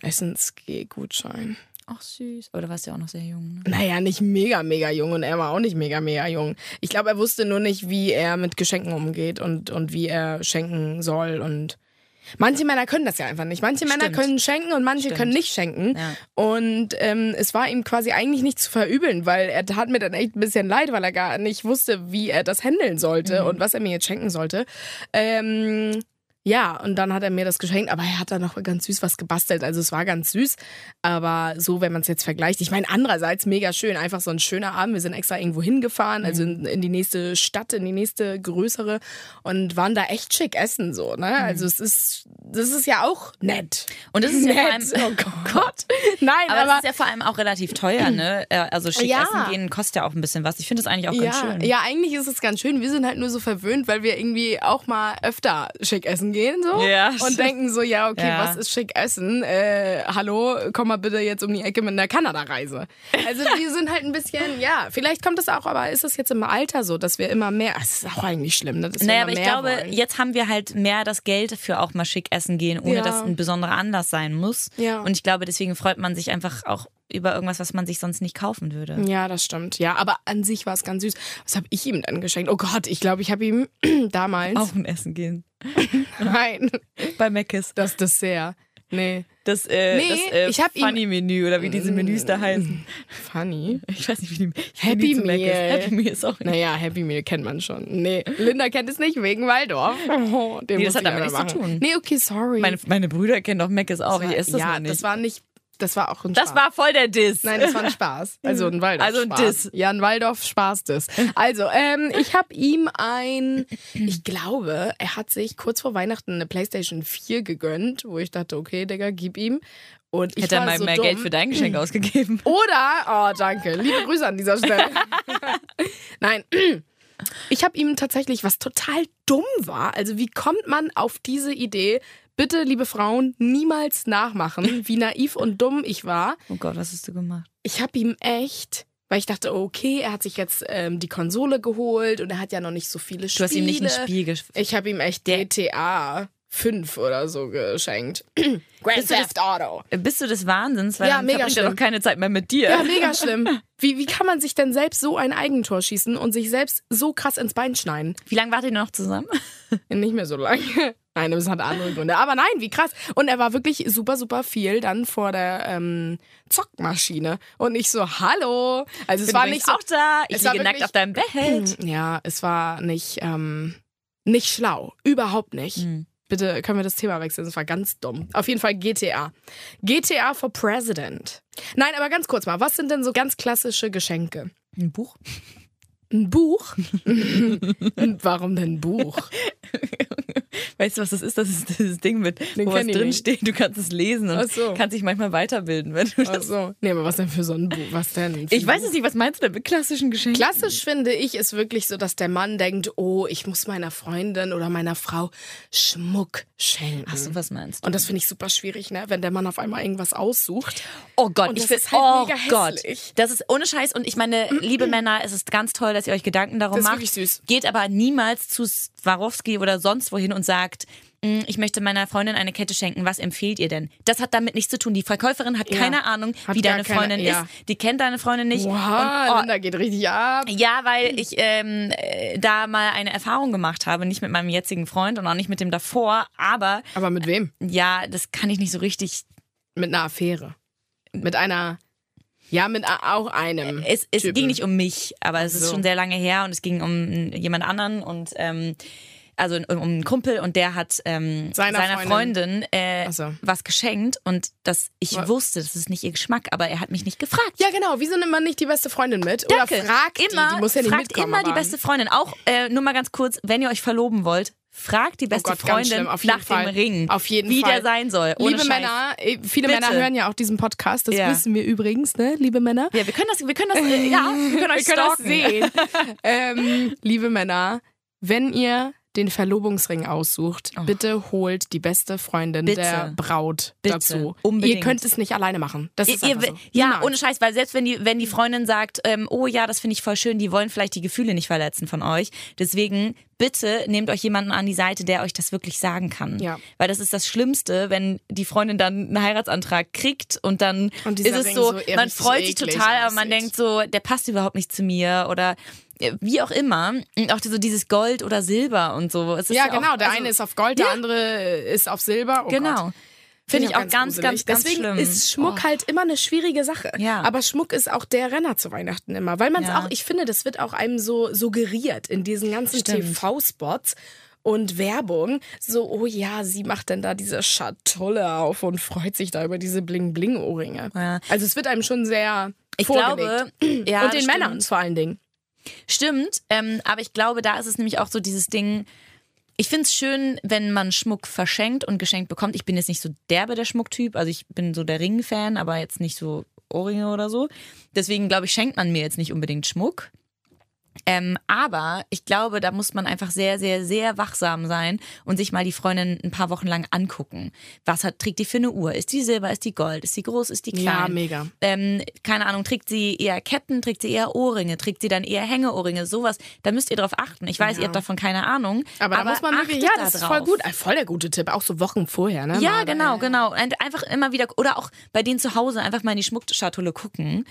Essensgutschein.
Ach süß. Oder warst du ja auch noch sehr jung, ne?
Naja, nicht mega, mega jung und er war auch nicht mega, mega jung. Ich glaube, er wusste nur nicht, wie er mit Geschenken umgeht und, und wie er schenken soll und manche Männer können das ja einfach nicht. Manche Männer
Stimmt.
können schenken und manche
Stimmt.
können nicht schenken.
Ja.
Und ähm, es war ihm quasi eigentlich nicht zu verübeln, weil er tat mir dann echt ein bisschen leid, weil er gar nicht wusste, wie er das handeln sollte und was er mir jetzt schenken sollte. Ähm, ja, und dann hat er mir das geschenkt, aber er hat da noch ganz süß was gebastelt. Also es war ganz süß, aber so, wenn man es jetzt vergleicht, ich meine, andererseits mega schön, einfach so ein schöner Abend. Wir sind extra irgendwo hingefahren, also in, in die nächste Stadt, in die nächste größere und waren da echt schick essen so, ne? Also es ist, das ist ja auch nett.
Und das ist ja vor allem,
nett. oh Gott. Nein,
Aber,
aber,
das ist ja vor allem auch relativ teuer, ne? Äh, Also schick
Ja.
essen gehen kostet ja auch ein bisschen was. Ich finde das eigentlich auch ganz
ja,
schön.
ja, eigentlich ist es ganz schön. Wir sind halt nur so verwöhnt, weil wir irgendwie auch mal öfter schick essen gehen so
Ja,
und
stimmt.
denken so, ja, okay,
Ja.
was ist schick essen? Äh, hallo, komm mal bitte jetzt um die Ecke mit einer Kanada-Reise. Also wir sind halt ein bisschen, ja, vielleicht kommt das auch, aber ist es jetzt im Alter so, dass wir immer mehr, das ist auch eigentlich schlimm, ne? dass wir
Naja,
immer
aber ich
mehr
glaube,
wollen.
jetzt haben wir halt mehr das Geld für auch mal schick essen gehen, ohne
Ja.
dass ein besonderer Anlass sein muss.
Ja.
Und ich glaube, deswegen freut man sich einfach auch über irgendwas, was man sich sonst nicht kaufen würde.
Ja, das stimmt. Ja, aber an sich war es ganz süß. Was habe ich ihm dann geschenkt? Oh Gott, ich glaube, ich habe ihm damals.
Auch im Essen gehen. Oh.
Nein,
Bei Mc's.
das Dessert. Nee.
Das, äh,
Nee,
das äh,
ich hab ihm-
Funny-Menü oder wie diese Menüs da heißen.
Funny.
Ich weiß nicht, wie die. Ich bin
Happy
nie zu Mc's.
Meal.
Happy Meal ist auch nicht.
Naja, Happy Meal kennt man schon. Nee, Linda kennt es nicht wegen Waldorf. Oh, den
Nee,
muss
das hat
ich
damit
aber
nichts
machen.
zu tun.
Nee, okay, sorry.
Meine, meine Brüder kennen doch Mc's auch.
Das war-
ich esse das
ja,
noch nicht.
das war nicht, das war auch ein Spaß.
das war voll der Diss.
Nein, das war ein Spaß. Also ein Waldorf.
Also ein
Spaß.
Diss.
Ja, ein Waldorf Spaß Diss. Also, ähm, ich habe ihm ein, ich glaube, er hat sich kurz vor Weihnachten eine Playstation 4 gegönnt, wo ich dachte, okay, Digga, gib ihm. Und ich
Hätte er
war
mal
so
mehr
dumm.
Geld für dein Geschenk ausgegeben.
Oder, oh, danke, liebe Grüße an dieser Stelle. Nein, ich habe ihm tatsächlich, was total dumm war, also wie kommt man auf diese Idee, Bitte, liebe Frauen, niemals nachmachen, wie naiv und dumm ich war.
Oh Gott, was hast du gemacht?
Ich habe ihm echt, weil ich dachte, okay, er hat sich jetzt ähm, die Konsole geholt und er hat ja noch nicht so viele
Du
Spiele.
hast ihm nicht ein Spiel gespielt.
Ich habe ihm echt GTA 5 oder so geschenkt. Grand
Bist du das-
Theft Auto.
Bist du des Wahnsinns? Weil
Ja,
dann
mega
verbringt er
schlimm.
doch keine Zeit mehr mit dir.
Ja, mega schlimm. Wie, wie kann man sich denn selbst so ein Eigentor schießen und sich selbst so krass ins Bein schneiden?
Wie lange wart ihr noch zusammen?
Nicht mehr so lange. Nein, das hat andere Gründe. Aber nein, wie krass. Und er war wirklich super, super viel dann vor der ähm, Zockmaschine. Und ich so, hallo. Also es
Bin
war
übrigens
nicht so.
auch da. Ich
es war
liege nackt
wirklich-
auf deinem Bett.
Ja, es war nicht, ähm, nicht schlau. Überhaupt nicht.
Mhm.
Bitte können wir das Thema wechseln, das war ganz dumm. Auf jeden Fall GTA. GTA for President. Nein, aber ganz kurz mal, was sind denn so ganz klassische Geschenke?
Ein Buch?
Ein Buch? Warum denn ein Buch?
Weißt du, was das ist? Das ist dieses Ding mit,
Den
wo was
kenn ich nicht.
drinsteht. Du kannst es lesen
Ach
und
so.
kannst dich manchmal weiterbilden, wenn du
Ach
das.
so. Also, Nee, aber was denn für so ein Buch? Was denn?
Ich weiß es nicht, was meinst du denn mit klassischen Geschenken?
Klassisch finde ich ist wirklich so, dass der Mann denkt, oh, ich muss meiner Freundin oder meiner Frau Schmuck schenken.
Ach so, was meinst du?
Und das finde ich super schwierig, ne? wenn der Mann auf einmal irgendwas aussucht.
Oh Gott,
Und
ich
das
will-
ist halt
oh
mega
Gott.
hässlich.
Das ist ohne Scheiß und ich meine, liebe Männer, es ist ganz toll, dass ihr euch Gedanken darum
Das ist
macht.
wirklich süß.
Geht aber niemals zu Swarovski oder sonst wohin und sagt, "Mm, ich möchte meiner Freundin eine Kette schenken, was empfehlt ihr denn? Das hat damit nichts zu tun. Die Verkäuferin hat
Ja.
keine Ahnung,
Hat
wie
gar
deine
keine-
Freundin
ja.
ist. Die kennt deine Freundin nicht.
Wow,
und, oh,
Linda geht richtig ab.
ja, weil ich ähm, äh, da mal eine Erfahrung gemacht habe, nicht mit meinem jetzigen Freund und auch nicht mit dem davor, aber
Aber mit wem?
ja, das kann ich nicht so richtig
Mit einer Affäre. Mit einer. Ja, mit a- auch einem.
es, es
Typen.
ging nicht um mich, aber es ist
so.
schon sehr lange her und es ging um jemand anderen und ähm, also um um einen Kumpel und der hat ähm,
Seiner
Freundin, äh,
Ach so.
was geschenkt und das ich
Wa-
wusste, das ist nicht ihr Geschmack, aber er hat mich nicht gefragt.
Ja, genau. Wieso nimmt man nicht die beste Freundin mit? Oder fragt
immer,
die, die muss ja nicht
fragt
mitkommen.
immer die
aber-
beste Freundin. Auch äh, nur mal ganz kurz, wenn ihr euch verloben wollt, fragt die beste
Oh Gott, ganz
Freundin
schlimm, auf jeden
nach
Fall.
dem Ring,
Auf jeden
wie
Fall.
der sein soll. Ohne
Liebe
Scheiß.
Männer, eh, viele
Bitte.
Männer hören ja auch diesen Podcast, das
Ja.
wissen wir übrigens, ne, liebe Männer.
Ja, wir können das, wir können das, äh, ja, wir können euch
Wir können das
stalken.
sehen. ähm, liebe Männer, wenn ihr den Verlobungsring aussucht, bitte holt die beste Freundin
Oh. Bitte.
der Braut
Bitte.
dazu.
Unbedingt.
Ihr könnt es nicht alleine machen. Das ist
Ihr,
einfach
ihr,
so.
ja,
Niemals.
ohne Scheiß, weil selbst wenn die, wenn die Freundin sagt, ähm, oh ja, das finde ich voll schön, die wollen vielleicht die Gefühle nicht verletzen von euch. Deswegen bitte nehmt euch jemanden an die Seite, der euch das wirklich sagen kann.
Ja.
Weil das ist das Schlimmste, wenn die Freundin dann einen Heiratsantrag kriegt und dann
Und
ist
dieser
es
Ring
so,
so eher
man
richtig
freut sich
eklig
total, aber man
aussieht.
denkt so, der passt überhaupt nicht zu mir oder äh, wie auch immer. Und auch so dieses Gold oder Silber und so. Es ist
Ja, genau.
Auch,
der
also,
eine ist auf Gold, der andere ist auf Silber. Oh Gott.
Genau. Finde ich auch ganz, ganz,
gruselig.
ganz
Deswegen
schlimm. Oh.
ist Schmuck halt immer eine schwierige Sache.
Ja.
Aber Schmuck ist auch der Renner zu Weihnachten immer. Weil man es
Ja.
auch, ich finde, das wird auch einem so suggeriert in diesen ganzen
Stimmt.
TV-Spots. Und Werbung, so, oh ja, sie macht denn da diese Schatulle auf und freut sich da über diese Bling-Bling-Ohrringe.
Ja.
Also es wird einem schon sehr
ich
vorgelegt.
glaube, ja,
und den
das
Männern vor allen Dingen.
Stimmt, ähm, aber ich glaube, da ist es nämlich auch so dieses Ding. Ich finde es schön, wenn man Schmuck verschenkt und geschenkt bekommt. Ich bin jetzt nicht so derbe der Schmucktyp, also ich bin so der Ring-Fan, aber jetzt nicht so Ohrringe oder so. Deswegen glaube ich, schenkt man mir jetzt nicht unbedingt Schmuck. Ähm, aber ich glaube, da muss man einfach sehr, sehr, sehr wachsam sein und sich mal die Freundin ein paar Wochen lang angucken. Was hat, trägt die für eine Uhr? Ist die silber? Ist die gold? Ist die groß? Ist die klein?
Ja, mega.
ähm, keine Ahnung, trägt sie eher Ketten, trägt sie eher Ohrringe, trägt sie dann eher Hängeohrringe, sowas. Da müsst ihr drauf achten. Ich weiß, ihr habt davon keine Ahnung.
Aber, da muss man wirklich,
achtet
ja,
da
das ist
drauf.
voll gut. Ah, Voll der gute Tipp, auch so Wochen vorher, ne?
Ja,
Mal da-
genau, genau. Und einfach immer wieder, oder auch bei denen zu Hause einfach mal in die Schmuckschatulle gucken.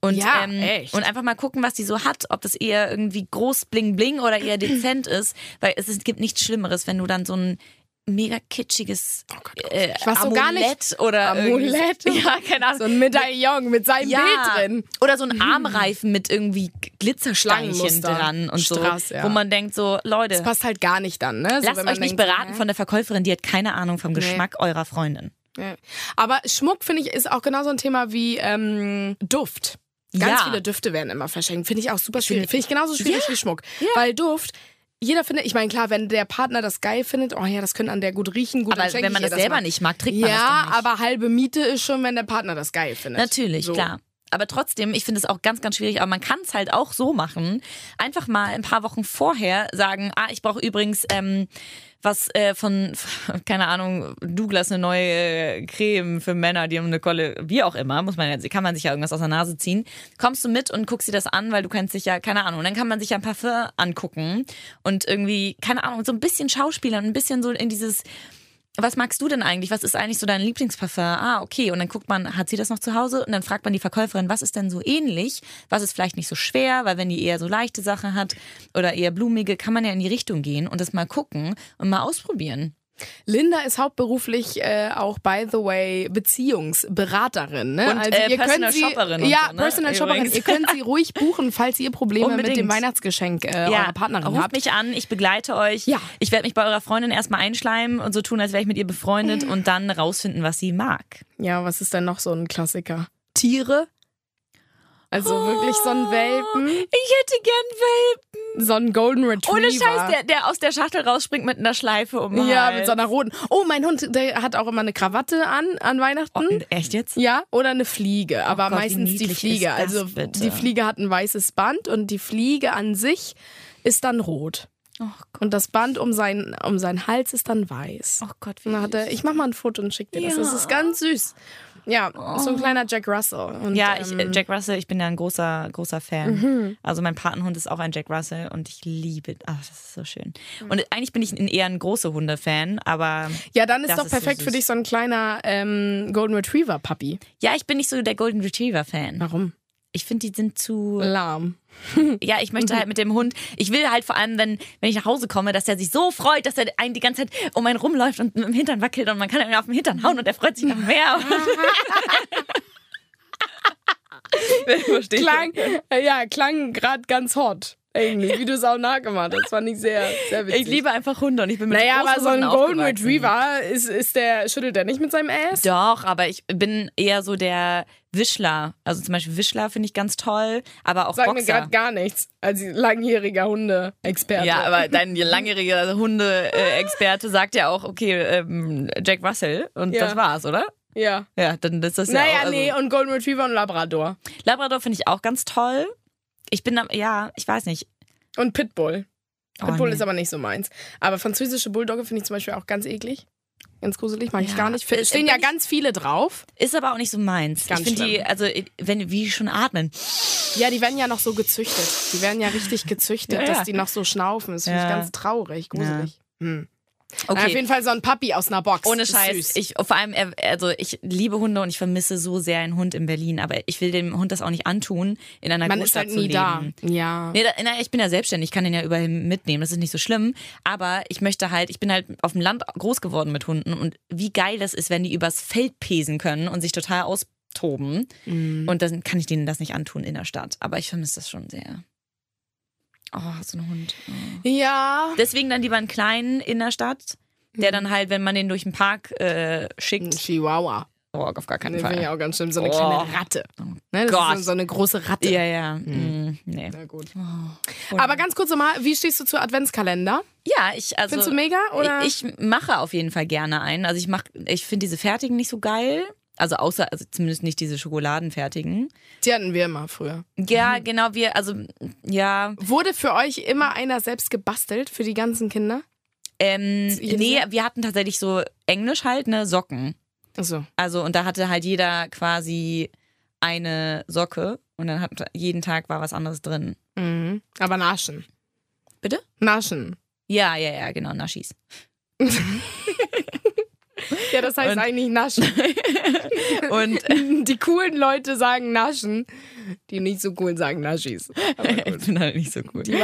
Und,
Ja,
ähm,
echt.
und einfach mal gucken, was die so hat, ob das eher irgendwie groß bling bling oder eher dezent ist. Weil es, es gibt nichts Schlimmeres, wenn du dann so ein mega kitschiges
Oh
äh,
Ich weiß so
Amulett
gar nicht-
oder irgendwie-
Amulett?
Ja, keine Ahnung.
So ein Medaillon mit seinem
ja.
Bild drin. Mhm.
Oder so ein Armreifen mit irgendwie Glitzersteinchen
Schlangenmuster.
dran und
Strass,
so,
ja.
wo man denkt so, Leute,
Das passt halt gar nicht dann, ne? So,
lasst euch
wenn man
nicht
denkt, so,
beraten
hä?
von der Verkäuferin, die hat keine Ahnung vom Geschmack eurer Freundin.
Ja. Aber Schmuck, finde ich, ist auch genauso ein Thema wie ähm, Duft. Ganz
Ja.
viele Düfte werden immer verschenkt. Finde ich auch super schwierig. Finde ich genauso schwierig wie Schmuck.
Ja.
Weil Duft, jeder findet, ich meine, klar, wenn der Partner das geil findet, oh ja, das könnte an der gut riechen, gut
Aber
dann schenke
wenn man
ich ihr
das selber
mal.
nicht mag, trägt man das
Ja,
doch nicht.
aber halbe Miete ist schon, wenn der Partner das geil findet.
Natürlich,
So.
klar. Aber trotzdem, ich finde es auch ganz, ganz schwierig. Aber man kann es halt auch so machen. Einfach mal ein paar Wochen vorher sagen, ah, ich brauche übrigens ähm, was äh, von, keine Ahnung, Douglas eine neue äh, Creme für Männer, die haben eine Kolle, wie auch immer, muss man jetzt, kann man sich ja irgendwas aus der Nase ziehen. Kommst du mit und guckst dir das an, weil du kannst dich ja, keine Ahnung, und dann kann man sich ja ein Parfum angucken und irgendwie, keine Ahnung, so ein bisschen Schauspielern, ein bisschen so in dieses was magst du denn eigentlich? Was ist eigentlich so dein Lieblingsparfum? Ah, okay. Und dann guckt man, hat sie das noch zu Hause? Und dann fragt man die Verkäuferin, was ist denn so ähnlich? Was ist vielleicht nicht so schwer? Weil wenn die eher so leichte Sachen hat oder eher blumige, kann man ja in die Richtung gehen und das mal gucken und mal ausprobieren.
Linda ist hauptberuflich äh, auch, by the way, Beziehungsberaterin. Ne?
Und, äh, Personal
sie,
Shopperin und
Ja,
so, ne?
Personal Shopperin.
Übrigens.
Ihr könnt sie ruhig buchen, falls ihr Probleme mit dem
Unbedingt.
Weihnachtsgeschenk äh, eurer Partnerin
ruft
habt.
mich an, ich begleite euch.
Ja.
Ich werde mich bei eurer Freundin erstmal einschleimen und so tun, als wäre ich mit ihr befreundet und dann rausfinden, was sie mag.
Ja, was ist denn noch so ein Klassiker? Tiere? Also wirklich so
Oh.
ein Welpen,
Ich hätte gern Welpen.
so ein Golden Retriever.
Ohne Scheiß, der, der aus der Schachtel rausspringt mit einer Schleife um den
Ja,
Hals.
mit so einer roten. Oh, mein Hund, der hat auch immer eine Krawatte an an Weihnachten.
Oh, echt jetzt?
Ja, oder eine Fliege, aber
Oh Gott, wie
meistens die
niedlich
Fliege.
ist das
Also
bitte?
die Fliege hat ein weißes Band und die Fliege an sich ist dann rot.
Oh
Und das Band um seinen, um seinen Hals ist dann weiß.
Oh Gott, wie
Und dann hat er,
süß.
ich mach mal ein Foto und schick dir das. Das ist ganz süß. Ja, so ein kleiner Jack Russell. Und,
Oh. Ja, ich, äh,
ähm, Mhm.
Jack Russell, ich bin ja ein großer, großer Fan. Also mein Patenhund ist auch ein Jack Russell und ich liebe, ach, das ist so schön.
Mhm.
Und eigentlich bin ich ein, eher ein großer Hunde-Fan, aber
ja, dann ist
das
doch
ist so
perfekt für
süß.
dich so ein kleiner ähm, Golden Retriever Puppy.
ja, ich bin nicht so der Golden Retriever-Fan.
Warum?
Ich finde, die sind zu,
Lahm.
ja, ich möchte halt mit dem Hund, ich will halt vor allem, wenn, wenn ich nach Hause komme, dass er sich so freut, dass er einen die ganze Zeit um einen rumläuft und mit dem Hintern wackelt und man kann ihn auf den Hintern hauen und er freut sich noch mehr. Verstehe ich.
Klang, äh, ja, klang gerade ganz hot. Irgendwie, wie du es auch nachgemacht hast. Das fand ich sehr, sehr witzig.
Ich liebe einfach Hunde und ich bin mit
Naja,
großen
aber so ein
Hunden
Golden
aufgewachsen.
Retriever ist, ist der, schüttelt der nicht mit seinem Ass?
Doch, aber ich bin eher so der Wischler. Also zum Beispiel Wischler finde ich ganz toll, aber auch
Sag mir
Boxer.
gerade gar nichts. Als langjähriger Hunde-Experte.
ja, aber dein langjähriger Hunde-Experte sagt ja auch, okay, ähm, Jack Russell und
Ja.
das war's, oder?
Ja.
Ja, dann ist das ja
Naja,
auch, also-
nee, und Golden Retriever und Labrador.
Labrador finde ich auch ganz toll. Ich bin, am- ja, ich weiß nicht.
Und Pitbull.
Oh,
Pitbull
nee.
ist aber nicht so meins. Aber französische Bulldogge finde ich zum Beispiel auch ganz eklig. Ganz gruselig, mag ich
Ja.
gar nicht.
Ist-
Stehen
bin
ja
ich-
ganz viele drauf.
Ist aber auch nicht so meins.
Ganz
ich finde die,
schlimm.
also wenn wie die schon atmen.
Ja, die werden ja noch so gezüchtet. Die werden ja richtig gezüchtet,
Ja, ja.
dass die noch so schnaufen. Das finde ich
Ja.
ganz traurig, gruselig. Hm.
Okay.
Na, auf jeden Fall so ein Papi aus einer Box.
Ohne
Ist
Scheiß.
Süß.
Ich, vor allem, er- also ich liebe Hunde und ich vermisse so sehr einen Hund in Berlin, aber ich will dem Hund das auch nicht antun, in einer
Man ist
Großstadt
halt nie
zu
da.
leben.
Ja.
Nee, da, na, ich bin ja selbstständig, ich kann den ja überall mitnehmen, das ist nicht so schlimm. Aber ich möchte halt, ich bin halt auf dem Land groß geworden mit Hunden und wie geil das ist, wenn die übers Feld pesen können und sich total austoben.
Mhm.
Und dann kann ich denen das nicht antun in der Stadt. Aber ich vermisse das schon sehr. Oh, so ein Hund. Oh.
Ja.
Deswegen dann lieber einen kleinen in der Stadt, der
Mhm.
dann halt, wenn man den durch den Park äh,
Ein
schickt,
Chihuahua.
oh, auf gar
Den
keinen
finde ich
Fall.
auch ganz schlimm. So eine
Oh.
kleine Ratte. Ne, das
Gott.
ist so- so eine große Ratte.
Ja, Oh, ja.
Mhm.
Mm, nee.
Na gut.
Und-
Aber ganz kurz nochmal, wie stehst du zu Adventskalender?
Ja, ich also.
Findest du mega, oder?
Ich mache auf jeden Fall gerne einen. Also ich mach, ich finde diese fertigen nicht so geil. Also außer, also zumindest nicht diese Schokoladenfertigen.
Die hatten wir immer früher.
Ja,
Mhm.
genau, wir, also ja,
Wurde für euch immer einer selbst gebastelt für die ganzen Kinder?
ähm,
Jedes
nee,
Jahr?
wir hatten tatsächlich so Englisch halt, ne, Socken.
Achso.
Also und da hatte halt jeder quasi eine Socke und dann hat jeden Tag war was anderes drin.
Mhm. Aber Naschen.
Bitte?
Naschen.
Ja, ja, ja, genau, Naschis.
Ja, das heißt
Und-
eigentlich Naschen.
Und äh,
Die coolen Leute sagen Naschen. Die nicht so coolen sagen Naschis. Aber gut.
ich bin halt nicht so cool.
Die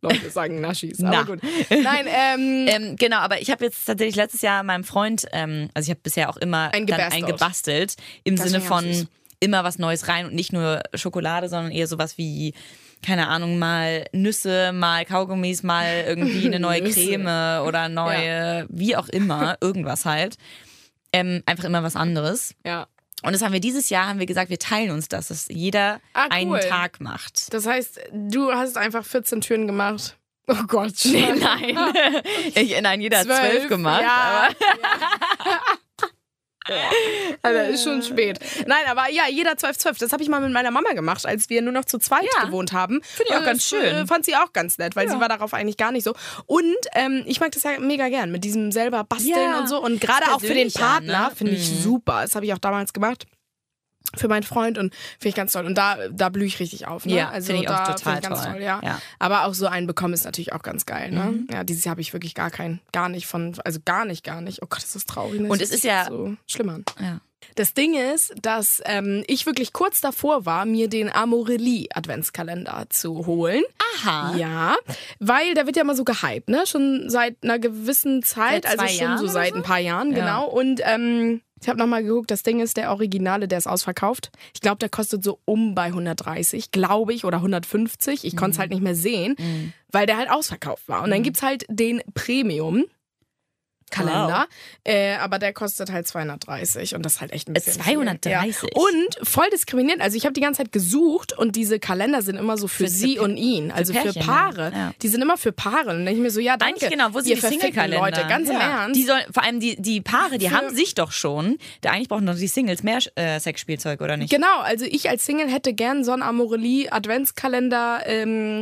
Waldorf-Leute sagen Naschis. Aber
Na.
gut. Nein, ähm,
Ähm, genau, aber ich habe jetzt tatsächlich letztes Jahr meinem Freund, ähm, also ich habe bisher auch immer dann
Ein gebastelt.
ein gebastelt, im
Das
Sinne
finde ich auch süß.
von immer was Neues rein und nicht nur Schokolade, sondern eher sowas wie, keine Ahnung, mal Nüsse, mal Kaugummis, mal irgendwie eine neue
Nüsse.
Creme oder neue, wie auch immer, irgendwas halt. Ähm, einfach immer was anderes.
ja.
Und das haben wir dieses Jahr, haben wir gesagt, wir teilen uns das, dass jeder
Ah, cool.
einen Tag macht.
Das heißt, du hast einfach 14 Türen gemacht. Oh Gott.
Nee, Ah. nein. Ich, nein, jeder hat zwölf gemacht.
Ja. Alter, ist schon spät. Nein, aber ja, jeder 12, 12. Das habe ich mal mit meiner Mama gemacht, als wir nur noch zu zweit
Ja.
gewohnt haben.
Finde ich auch
Äh,
ganz schön.
äh, Fand sie auch ganz nett, weil
Ja.
sie war darauf eigentlich gar nicht so. Und ähm, ich mag das ja mega gern mit diesem selber basteln
Ja.
und so. Und gerade auch für den
Persönlicher,
Partner
ne?
finde ich
Mhm.
super. Das habe ich auch damals gemacht. Für meinen Freund und finde ich ganz toll. Und da, da blühe ich richtig auf. Ne?
Ja, finde ich auch
da
total
finde ich ganz
toll.
toll. ja.
Ja.
Aber auch so einen bekommen ist natürlich auch ganz geil. Ne?
Mhm.
Ja, dieses Jahr habe ich wirklich gar keinen, gar nicht von, also gar nicht, gar nicht. Oh Gott, ist das traurig. Ne?
Und
Das
es ist ja-
so schlimm an.
Ja.
Das Ding ist, dass ähm, ich wirklich kurz davor war, mir den Amorelli Adventskalender zu holen.
Aha.
Ja, weil der wird ja immer so gehypt, ne? Schon seit einer gewissen Zeit,
Seit
also
zwei
schon
Jahren
so
oder
seit
so?
ein paar Jahren,
Ja.
genau. Und ähm, ich habe nochmal geguckt, das Ding ist, der Originale, der ist ausverkauft. Ich glaube, der kostet so um bei 130, glaube ich, oder 150. Ich
Mhm.
konnte es halt nicht mehr sehen, weil der halt ausverkauft war. Und dann gibt's halt den Premium. Kalender, äh, aber der kostet halt 230 und das ist halt echt
Äh,
ein bisschen viel.
230?
Ja. Und voll diskriminiert. Also ich habe die ganze Zeit gesucht und diese Kalender sind immer so für,
Für-
sie
für-
und ihn, also für,
Pärchen, ne?
Paare.
ja. Ja.
Die sind immer für Paare. Und dann denke ich mir so, ja, danke.
Eigentlich genau, wo sind
ihr
die
verfickten
Single-Kalender?
Leute, ganz im
Ja.
Ernst.
Die sollen, vor allem die, die Paare, die
Für-
haben sich doch schon. Da eigentlich brauchen doch die Singles mehr äh, Sexspielzeug, oder nicht?
genau, also ich als Single hätte gern so einen Amorelli Adventskalender, ähm,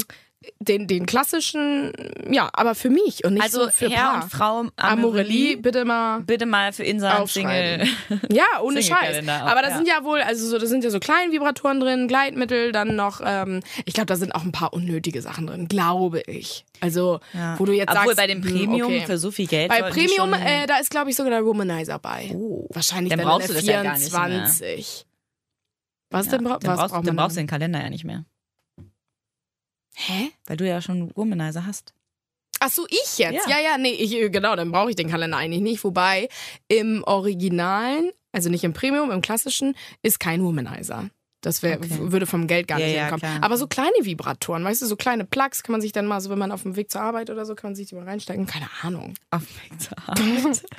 den, den klassischen, ja, aber für mich und nicht
Also
so für
Herr
Paar.
und Frau
Amorelli,
Amorelli,
bitte mal.
bitte mal für Insa
Aufschreiben.
Single.
Ja, ohne Scheiß.
Single-Kalender auch,
Aber da
ja.
sind ja wohl, also so, da sind ja so kleine Vibratoren drin, Gleitmittel, dann noch, ähm, ich glaube, da sind auch ein paar unnötige Sachen drin, glaube ich. Also,
Ja.
wo du jetzt
Obwohl
sagst,
bei dem
hm,
Premium
okay.
für so viel Geld.
Bei
sollten die
Premium,
schon,
äh, da ist, glaube ich, sogar der Womanizer bei.
Oh.
Wahrscheinlich
Dann
dann
brauchst
in der
du das ja gar nicht mehr.
24. Was
ja,
denn bra
dann
was
brauchst,
braucht
dann
man
brauchst du den Kalender ja nicht mehr.
Hä?
Weil du ja schon Womanizer hast.
Ach so, ich jetzt? Ja,
Ja.
ja, nee, ich, äh, genau, dann brauche ich den Kalender eigentlich nicht. Wobei im Originalen, also nicht im Premium, im klassischen, ist kein Womanizer. Das wär,
Okay.
w- würde vom Geld gar
Ja,
nicht
ja,
hinkommen.
klar.
Aber so kleine Vibratoren, weißt du, so kleine Plugs kann man sich dann mal so, wenn man auf dem Weg zur Arbeit oder so, kann man sich die mal reinstecken. Keine Ahnung.
Auf dem Weg zur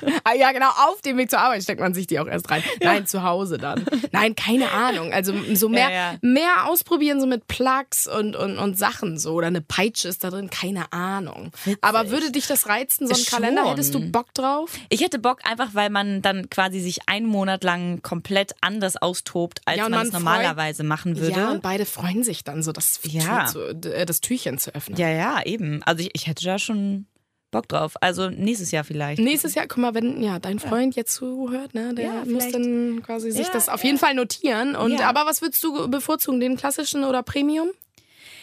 Arbeit.
Ah, ja, genau, auf dem Weg zur Arbeit steckt man sich die auch erst rein. Nein, zu Hause dann. Nein, keine Ahnung. Also so mehr,
Ja, ja.
mehr ausprobieren, so mit Plugs und, und, und Sachen so. Oder eine Peitsche ist da drin, keine Ahnung. Aber würde dich das reizen, so ein
Schon.
Kalender? Hättest du Bock drauf?
Ich hätte Bock einfach, weil man dann quasi sich einen Monat lang komplett anders austobt, als
Ja, und
man es
man
normalerweise machen würde.
Ja, und beide freuen sich dann so, das,
Ja.
Tür zu, äh, das Türchen zu öffnen.
Ja, ja, eben. Also ich, ich hätte da schon Bock drauf. Also nächstes Jahr vielleicht.
Nächstes Jahr, guck mal, wenn ja, dein Freund jetzt zuhört, ne, der
Ja,
muss
vielleicht.
dann quasi sich
Ja,
das auf jeden Fall notieren. Und,
Ja.
Aber was würdest du bevorzugen, den klassischen oder Premium?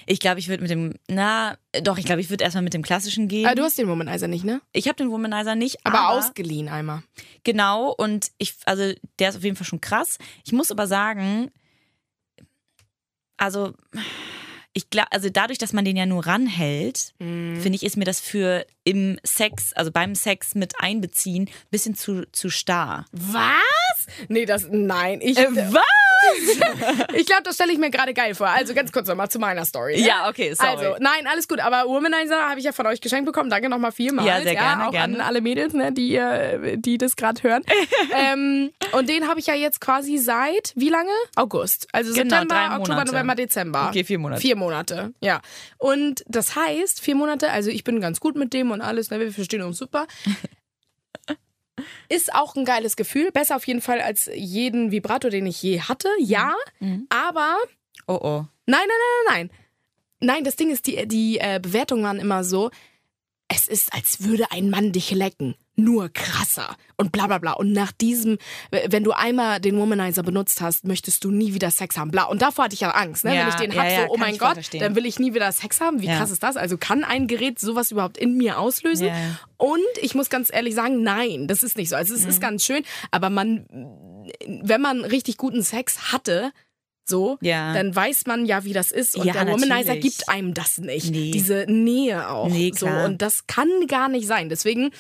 Ich glaube, ich würde mit dem, na, äh, doch, ich glaube, ich würde erstmal mit dem klassischen gehen.
Ah, du hast den Womanizer nicht, ne?
ich habe den Womanizer nicht,
Aber,
aber,
ausgeliehen einmal.
Genau, und ich, also der ist auf jeden Fall schon krass. Ich muss aber sagen, also, ich glaube, also dadurch, dass man den ja nur ranhält,
Mhm.
finde ich, ist mir das für im Sex, also beim Sex mit einbeziehen, ein bisschen zu, zu starr. Äh,
Was? Nee, das. Nein, ich.
was?
ich glaube, das stelle ich mir gerade geil vor. Also ganz kurz nochmal zu meiner Story. ne?
Ja, okay, sorry.
Also, nein, alles gut. Aber Womanizer habe ich ja von euch geschenkt bekommen. Danke nochmal vielmals.
Ja, sehr gerne,
Auch
gerne.
an alle Mädels, ne, die, ihr- die das gerade hören. ähm, und den habe ich ja jetzt quasi seit wie lange? August. Also
Genau, drei
September,
Monate.
Oktober, November, Dezember.
Okay, vier Monate.
Vier Monate, ja. Und das heißt, vier Monate, also ich bin ganz gut mit dem und alles, ne, wir verstehen uns super. Ist auch ein geiles Gefühl. Besser auf jeden Fall als jeden Vibrator, den ich je hatte. Ja,
Mhm.
aber
Oh, oh.
Nein, nein, nein, nein, nein. Nein, das Ding ist, die, die äh, Bewertungen waren immer so, es ist, als würde ein Mann dich lecken. Nur krasser. Und bla bla bla. Und nach diesem, w- wenn du einmal den Womanizer benutzt hast, möchtest du nie wieder Sex haben. Bla. Und davor hatte ich ja Angst, ne?
Ja,
wenn ich den
ja,
hab,
ja,
so, oh
kann
mein
ich voll
Gott,
verstehen.
dann will ich nie wieder Sex haben. Wie
Ja.
krass ist das? Also kann ein Gerät sowas überhaupt in mir auslösen?
Ja, ja.
Und ich muss ganz ehrlich sagen, nein, das ist nicht so. Also es
Mhm.
ist ganz schön, aber man, wenn man richtig guten Sex hatte, so,
Ja.
dann weiß man ja, wie das ist. Und
Ja,
der Womanizer
natürlich.
gibt einem das nicht.
Nee.
Diese Nähe auch.
Nee, klar.
So. Und das kann gar nicht sein. Deswegen,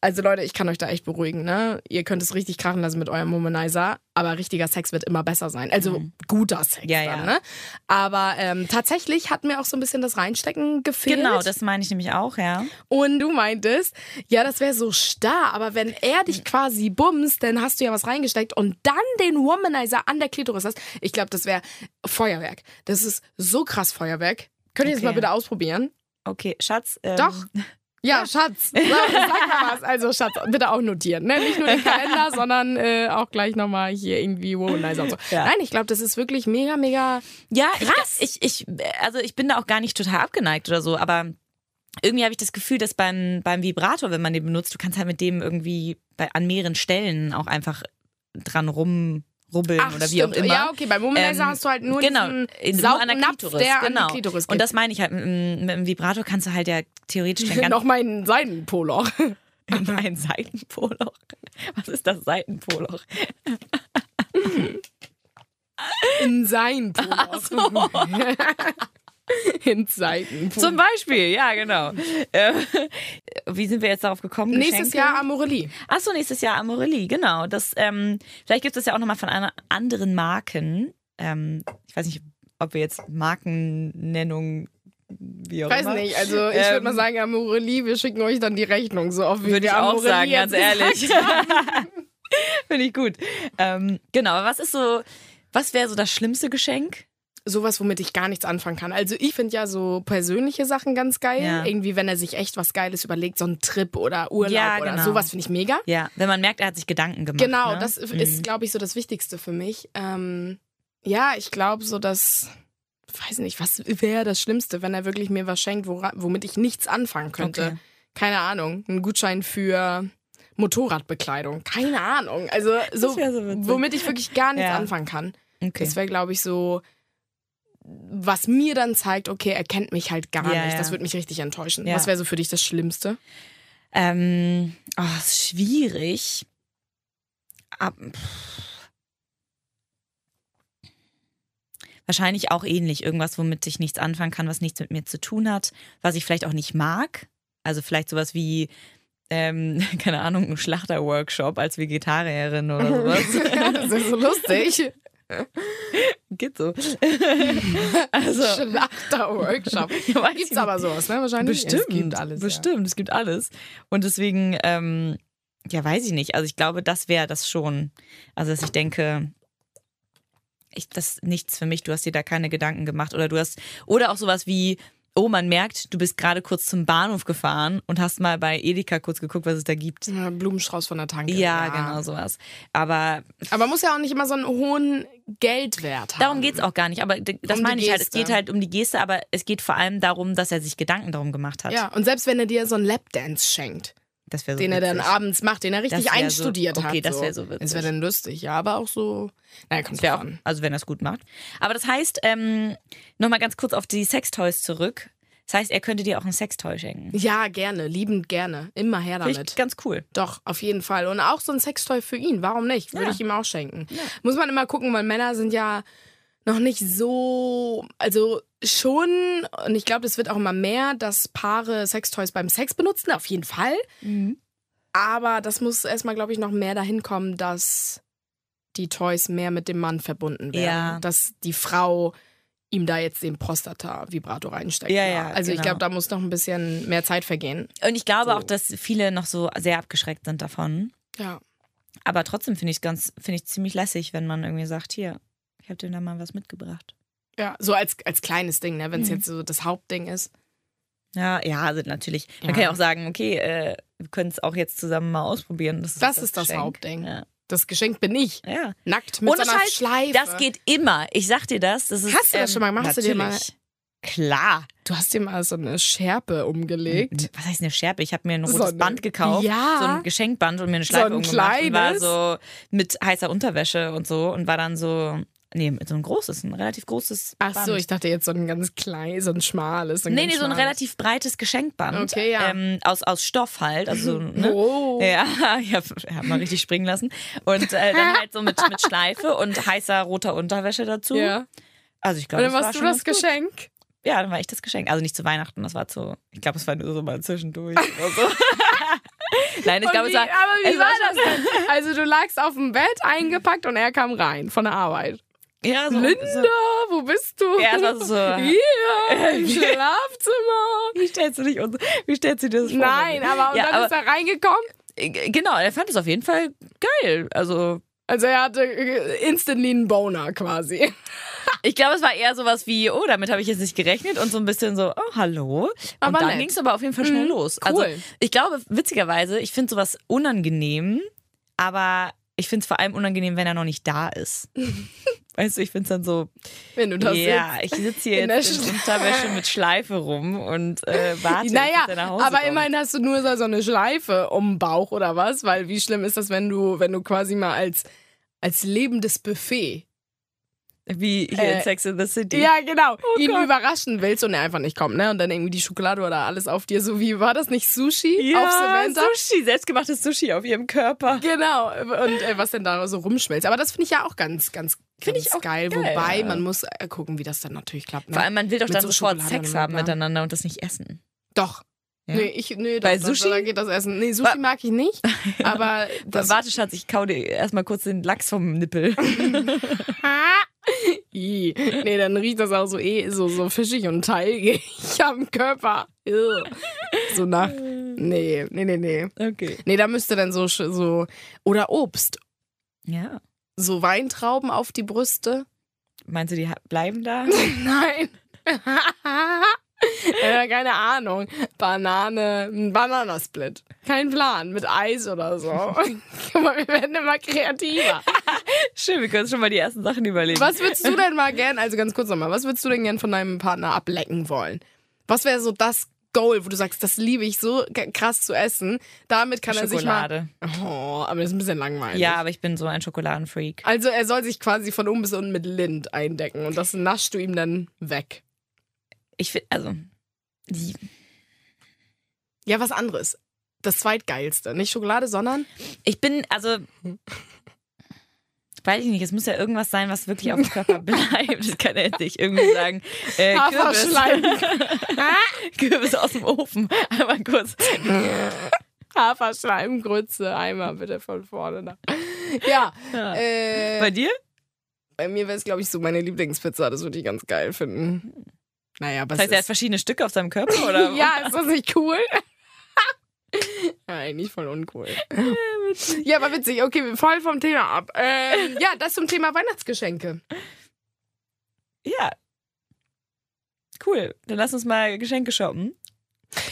also Leute, ich kann euch da echt beruhigen. Ne? Ihr könnt es richtig krachen lassen mit eurem Womanizer, aber richtiger Sex wird immer besser sein. Also guter Sex
Mhm. Ja,
dann.
ja.
Ne? Aber ähm, tatsächlich hat mir auch so ein bisschen das Reinstecken gefehlt.
Genau, das meine ich nämlich auch, ja.
Und du meintest, ja, das wäre so starr, aber wenn er dich quasi bumst, dann hast du ja was reingesteckt und dann den Womanizer an der Klitoris hast. Ich glaube, das wäre Feuerwerk. Das ist so krass Feuerwerk. Könnt ihr das
Okay.
mal bitte ausprobieren?
Okay, Schatz. Ähm,
Doch. Ja, Schatz. Sag, sag mal was. Also, Schatz, bitte auch notieren. Ne? Nicht nur den Kalender, sondern äh, auch gleich nochmal hier irgendwie wow, nice und so.
Ja.
Nein, ich glaube, das ist wirklich mega, mega.
Ja, krass. Ich, ich, also ich bin da auch gar nicht total abgeneigt oder so, aber irgendwie habe ich das Gefühl, dass beim, beim Vibrator, wenn man den benutzt, du kannst halt mit dem irgendwie bei, an mehreren Stellen auch einfach dran rumrubbeln oder wie auch
stimmt.
immer.
Ja, okay, bei Womanizer
Ähm,
hast du halt nur
genau,
diesen
nur an der
Saugnapf,
Klitoris,
der
genau.
an die Klitoris geht.
Und das meine ich halt, mit, dem- mit dem Vibrator kannst du halt ja theoretisch den ganzen
noch mal in Seidenpoloch.
in ein Seitenpoloch. Was ist das Seitenpoloch?
In Seidenpoloch. So. in Seidenpoloch.
Zum Beispiel, ja, genau. Äh, wie sind wir jetzt darauf gekommen?
Nächstes
Geschenke?
Jahr Amorelie.
Ach so, nächstes Jahr Amorelli, genau. Das, ähm, vielleicht gibt es das ja auch nochmal von einer anderen Marken. Ähm, ich weiß nicht, ob wir jetzt Markennennung, wie auch
Weiß
immer.
nicht, also ich
Ähm,
würde mal sagen, Amorelie, wir schicken euch dann die Rechnung so oft wie
Würde
wir
ich auch
Amorelie
sagen, ganz
jetzt
ehrlich. Finde ich gut. Ähm, genau, aber was ist so, was wäre so das schlimmste Geschenk?
sowas, womit ich gar nichts anfangen kann. Also ich finde ja so persönliche Sachen ganz geil.
Ja.
Irgendwie, wenn er sich echt was Geiles überlegt, so ein Trip oder Urlaub
Ja,
oder
genau.
sowas finde ich mega.
Ja, wenn man merkt, er hat sich Gedanken gemacht.
Genau,
ne?
das
Mhm.
ist, glaube ich, so das Wichtigste für mich. Ähm, ja, ich glaube so, dass, weiß nicht, was wäre das Schlimmste, wenn er wirklich mir was schenkt, wora, womit ich nichts anfangen könnte.
Okay.
Keine Ahnung, ein Gutschein für Motorradbekleidung. Keine Ahnung. Also so,
wär so witzig.
womit ich wirklich gar nichts
Ja.
anfangen kann.
Okay.
Das wäre, glaube ich, so, was mir dann zeigt, okay, er kennt mich halt gar
Ja,
nicht.
ja.
Das würde mich richtig enttäuschen.
Ja.
Was wäre so für dich das Schlimmste?
Ähm, oh, ist schwierig. Ab, pff. Wahrscheinlich auch ähnlich. Irgendwas, womit ich nichts anfangen kann, was nichts mit mir zu tun hat, was ich vielleicht auch nicht mag. Also vielleicht sowas wie, ähm, keine Ahnung, ein Schlachterworkshop als Vegetarierin oder sowas.
das ist so lustig.
Geht so. also,
Schlachter-Workshop.
Ja, weiß
Gibt's
ich
aber sowas, ne? Wahrscheinlich.
Bestimmt,
Es gibt alles.
bestimmt, es gibt alles. Und deswegen, ähm, ja, weiß ich nicht. Also ich glaube, das wäre das schon. Also dass ich denke, ich, das ist nichts für mich. Du hast dir da keine Gedanken gemacht oder du hast oder auch sowas wie Oh, man merkt, du bist gerade kurz zum Bahnhof gefahren und hast mal bei Edeka kurz geguckt, was es da gibt.
Ja. Ja, Blumenstrauß von der Tanke.
Ja, genau sowas. Aber
Aber muss ja auch nicht immer so einen hohen Geldwert haben.
darum geht's auch gar nicht. Aber d- das
Um die
meine ich halt. Es
Geste.
geht halt um die Geste, aber es geht vor allem darum, dass er sich Gedanken darum gemacht hat.
Ja, und selbst wenn er dir so einen Lapdance schenkt,
Das wäre so
den er dann
witzig.
abends macht, den er richtig
Das wär so-
einstudiert hat.
okay, das wär so
Das
witzig.
wäre dann lustig, ja, aber auch so. Naja, kommt
Das wäre
drauf
auch,
an.
also wenn er es gut macht. Aber das heißt, ähm, nochmal ganz kurz auf die Sextoys zurück. Das heißt, er könnte dir auch einen Sextoy schenken.
Ja, gerne, liebend gerne. Immer her
Finde
damit.
ich ganz cool.
Doch, auf jeden Fall. Und auch so ein Sextoy für ihn. Warum nicht? Würde
Ja.
ich ihm auch schenken. Muss man immer gucken, weil Männer sind ja noch nicht so. Also schon, und ich glaube, das wird auch immer mehr, dass Paare Sextoys beim Sex benutzen, auf jeden Fall. Mhm. Aber das muss erstmal, glaube ich, noch mehr dahin kommen, dass die Toys mehr mit dem Mann verbunden werden.
Ja.
Dass die Frau ihm da jetzt den Prostata-Vibrator reinsteckt.
Ja, ja,
also ich
genau.
glaube, da muss noch ein bisschen mehr Zeit vergehen.
Und ich glaube
So.
auch, dass viele noch so sehr abgeschreckt sind davon.
Ja.
Aber trotzdem finde ich es ganz, finde ich ziemlich lässig, wenn man irgendwie sagt, hier, ich habe dir da mal was mitgebracht.
Ja, so als, als kleines Ding, ne? wenn es
Mhm.
jetzt so das Hauptding ist.
Ja, ja, also natürlich. Man
Ja.
kann ja auch sagen, okay, äh, wir können es auch jetzt zusammen mal ausprobieren. Das ist
Das ist das
Geschenk.
Hauptding.
Ja.
Das Geschenk bin ich.
ja.
Nackt mit
Ohne
so einer
Scheiß,
Schleife.
Das geht immer. Ich sag dir das. das ist,
Hast du das schon mal gemacht? Hast du dir mal-
natürlich. Klar.
Du hast dir mal so eine Schärpe umgelegt.
Was heißt eine Schärpe? Ich habe mir ein rotes
So eine-
Band gekauft,
Ja.
so ein Geschenkband und mir eine Schleife
ein
umgemacht und war
kleines.
so mit heißer Unterwäsche und so und war dann so, nee, mit so ein großes, ein relativ großes
Ach so,
Band.
ich dachte jetzt so ein ganz klein, so ein schmales.
Nee, nee,
ganz
so ein
schmales.
relativ breites Geschenkband.
Okay, ja. Oh.
Ähm, aus, aus Stoff halt. Also, so, ne?
Wow.
Ja, ich hab, hab mal richtig springen lassen. Und äh, dann halt so mit, mit Schleife und heißer roter Unterwäsche dazu.
Ja.
Also ich
Und
glaube,
dann
das war
warst du
schon
das
ganz gut.
Geschenk.
Ja, dann war ich das Geschenk. Also nicht zu Weihnachten, das war zu. Ich glaube, es war nur so mal zwischendurch oder so. Nein, ich
Und
glaube, es
wie,
war.
aber wie
es
war
schon-
das denn? Also du lagst auf dem Bett eingepackt und er kam rein von der Arbeit.
Ja, Oh, so.
Linda, wo bist du?
Ja, es war so-
Hier, im Schlafzimmer.
So, wie stellst du dich uns, wie stellst du dir das vor?
Nein, aber und
Ja,
dann
aber-
ist er reingekommen.
Äh, Genau, er fand es auf jeden Fall geil. Also,
Also er hatte äh, instantly einen Boner quasi.
Ich glaube, es war eher sowas wie, oh, damit habe ich jetzt nicht gerechnet und so ein bisschen so, oh, hallo. Und
Aber
dann
nett.
ging es aber auf jeden Fall schnell
Mhm,
los.
cool.
Also ich glaube, witzigerweise, ich finde sowas unangenehm, aber ich finde es vor allem unangenehm, wenn er noch nicht da ist. weißt du, ich finde es dann so,
Wenn du das
ja,
sitzt.
ich sitze hier
In
jetzt
der
in
Schla-
Unterwäsche mit Schleife rum und äh, warte,
Naja,
bis er nach Hause
aber
kommt.
immerhin hast du nur so eine Schleife um den Bauch oder was, weil wie schlimm ist das, wenn du, wenn du quasi mal als, als lebendes Buffet
Wie hier in
Äh,
Sex in the City.
ja, genau. ihn
Oh Gott.
überraschen willst und er einfach nicht kommt, ne? Und dann irgendwie die Schokolade oder alles auf dir, so wie war das nicht Sushi
Ja,
auf Samantha?
Sushi, selbstgemachtes Sushi auf ihrem Körper.
Genau, und äh, was denn da so rumschmelzt. Aber das finde ich ja auch ganz, ganz,
Find
ganz
ich auch
geil.
geil.
Wobei, man muss äh, gucken, wie das dann natürlich klappt. Ne?
Vor allem, man will doch
Mit
dann
so
sofort
Schokolade ne?
Sex
und
haben
bla.
miteinander und das nicht essen.
doch.
Ja.
Nee, ich, nee,
Bei
das,
Sushi?
Das, da geht das Essen. Nee,
Wa-
Sushi mag ich nicht, aber das...
Warte, Schatz, ich kau dir erstmal kurz den Lachs vom Nippel.
Ah! Ih. nee, dann riecht das auch so eh so, so fischig und teigig am Körper. Ew. So nach... Nee, nee, nee, nee.
Okay.
Nee, da müsste dann so, sch- so oder Obst,
Ja.
so Weintrauben auf die Brüste.
Meinst du, die ha- bleiben da?
Nein. äh, keine Ahnung. Banane, ein Bananasplit. Kein Plan, mit Eis oder so. Guck mal, wir werden immer kreativer.
Schön, wir können uns schon mal die ersten Sachen überlegen.
Was würdest du denn mal gern, also ganz kurz nochmal, was würdest du denn gern von deinem Partner ablecken wollen? Was wäre so das Goal, wo du sagst, das liebe ich so k- krass zu essen, damit kann
Schokolade.
er sich mal... Oh, aber das ist ein bisschen langweilig.
Ja, aber ich bin so ein Schokoladenfreak.
Also er soll sich quasi von oben bis unten mit Lind eindecken und das naschst du ihm dann weg.
Ich finde, also, die-
Ja, was anderes. Das zweitgeilste. Nicht Schokolade, sondern
ich bin, also, weiß ich nicht, es muss ja irgendwas sein, was wirklich auf dem Körper bleibt. Ich kann ja jetzt nicht irgendwie sagen, äh, Kürbis,
Haferschleim.
Kürbis aus dem Ofen. Einmal kurz.
Haferschleimgrütze. Einmal bitte von vorne nach. Ja.
Ja. Bei
Äh,
dir?
bei mir wäre es, glaube ich, so meine Lieblingspizza. Das würde ich ganz geil finden. Naja, aber
Das heißt, er hat
es ist,
verschiedene Stücke auf seinem Körper, oder?
Ja, ist das nicht cool? Nein, nicht voll uncool. Ja, aber witzig. Okay, wir fallen vom Thema ab. Ähm, ja, das zum Thema Weihnachtsgeschenke.
Ja. Cool. Dann lass uns mal Geschenke shoppen.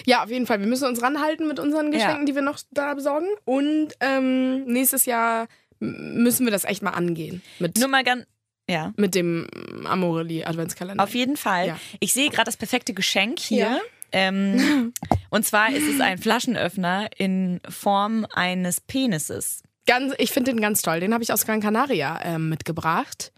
Ja, auf jeden Fall. Wir müssen uns ranhalten mit unseren Geschenken, die wir noch da besorgen. Und ähm, nächstes Jahr m- müssen wir das echt mal angehen. Mit,
Nur mal ganz. Ja.
mit dem Amorelli Adventskalender.
Auf jeden Fall.
Ja.
Ich sehe gerade das perfekte Geschenk hier.
Ja.
Ähm, und zwar ist es ein Flaschenöffner in Form eines Penises.
ganz, ich finde den ganz toll. Den habe ich aus Gran Canaria ähm, mitgebracht,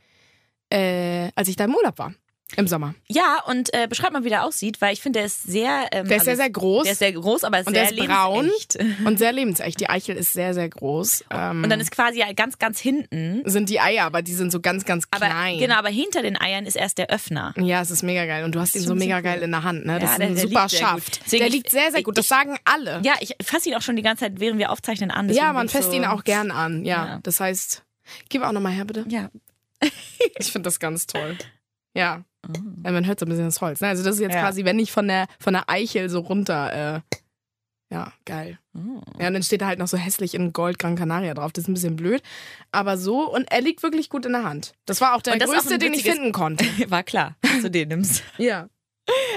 äh, als ich da im Urlaub war. Im Sommer.
Ja, und äh, beschreib mal, wie der aussieht, weil ich finde, der ist sehr. Ähm,
Der ist sehr, sehr groß
Der ist sehr groß, aber
Und
sehr
der ist braun.
lebensecht.
und sehr lebensecht. Die Eichel ist sehr, sehr groß. Ähm,
Und dann ist quasi halt ganz, ganz hinten.
sind die Eier, aber die sind so ganz, ganz
Aber,
klein. Mhm.
Genau, aber hinter den Eiern ist erst der Öffner.
Ja, es ist mega geil. Und du hast ihn so
schon
mega
super.
geil in der Hand. Ne?
Ja,
Das
der-
ist ein
der
super
liegt sehr gut.
Schaft.
Deswegen
Der
ich-
liegt sehr, sehr
ich-
gut. Das
ich-
sagen alle.
Ja, ich fasse ihn auch schon die ganze Zeit, während wir aufzeichnen, an.
Ja,
Deswegen bin
man
ich
fässt
so-
ihn auch gern an. Ja,
Ja.
das heißt, gib auch nochmal her, bitte.
Ja.
Ich finde das ganz toll. Ja,
Oh.
weil man hört so ein bisschen das Holz. ne? Also das ist jetzt
Ja.
quasi, wenn ich von der, von der Eichel so runter... Äh, ja, geil.
Oh.
Ja, und dann steht da halt noch so hässlich in Gold Gran Canaria drauf. Das ist ein bisschen blöd. Aber so, und er liegt wirklich gut in der Hand. Das war auch der
Und das ist auch
größte,
ein
den ich
witziges-
finden konnte.
War klar, dass du den nimmst.
Ja.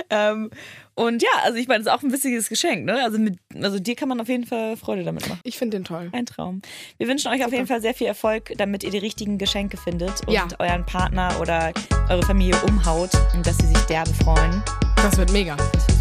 ähm, und ja, also ich meine, das ist auch ein witziges Geschenk, ne? Also, mit, also dir kann man auf jeden Fall Freude damit machen.
Ich finde den toll.
Ein Traum. Wir wünschen euch auf jeden Fall sehr viel Erfolg, damit ihr die richtigen Geschenke findet und
Ja.
euren Partner oder eure Familie umhaut und dass sie sich derbe freuen.
Das wird mega.
Das wird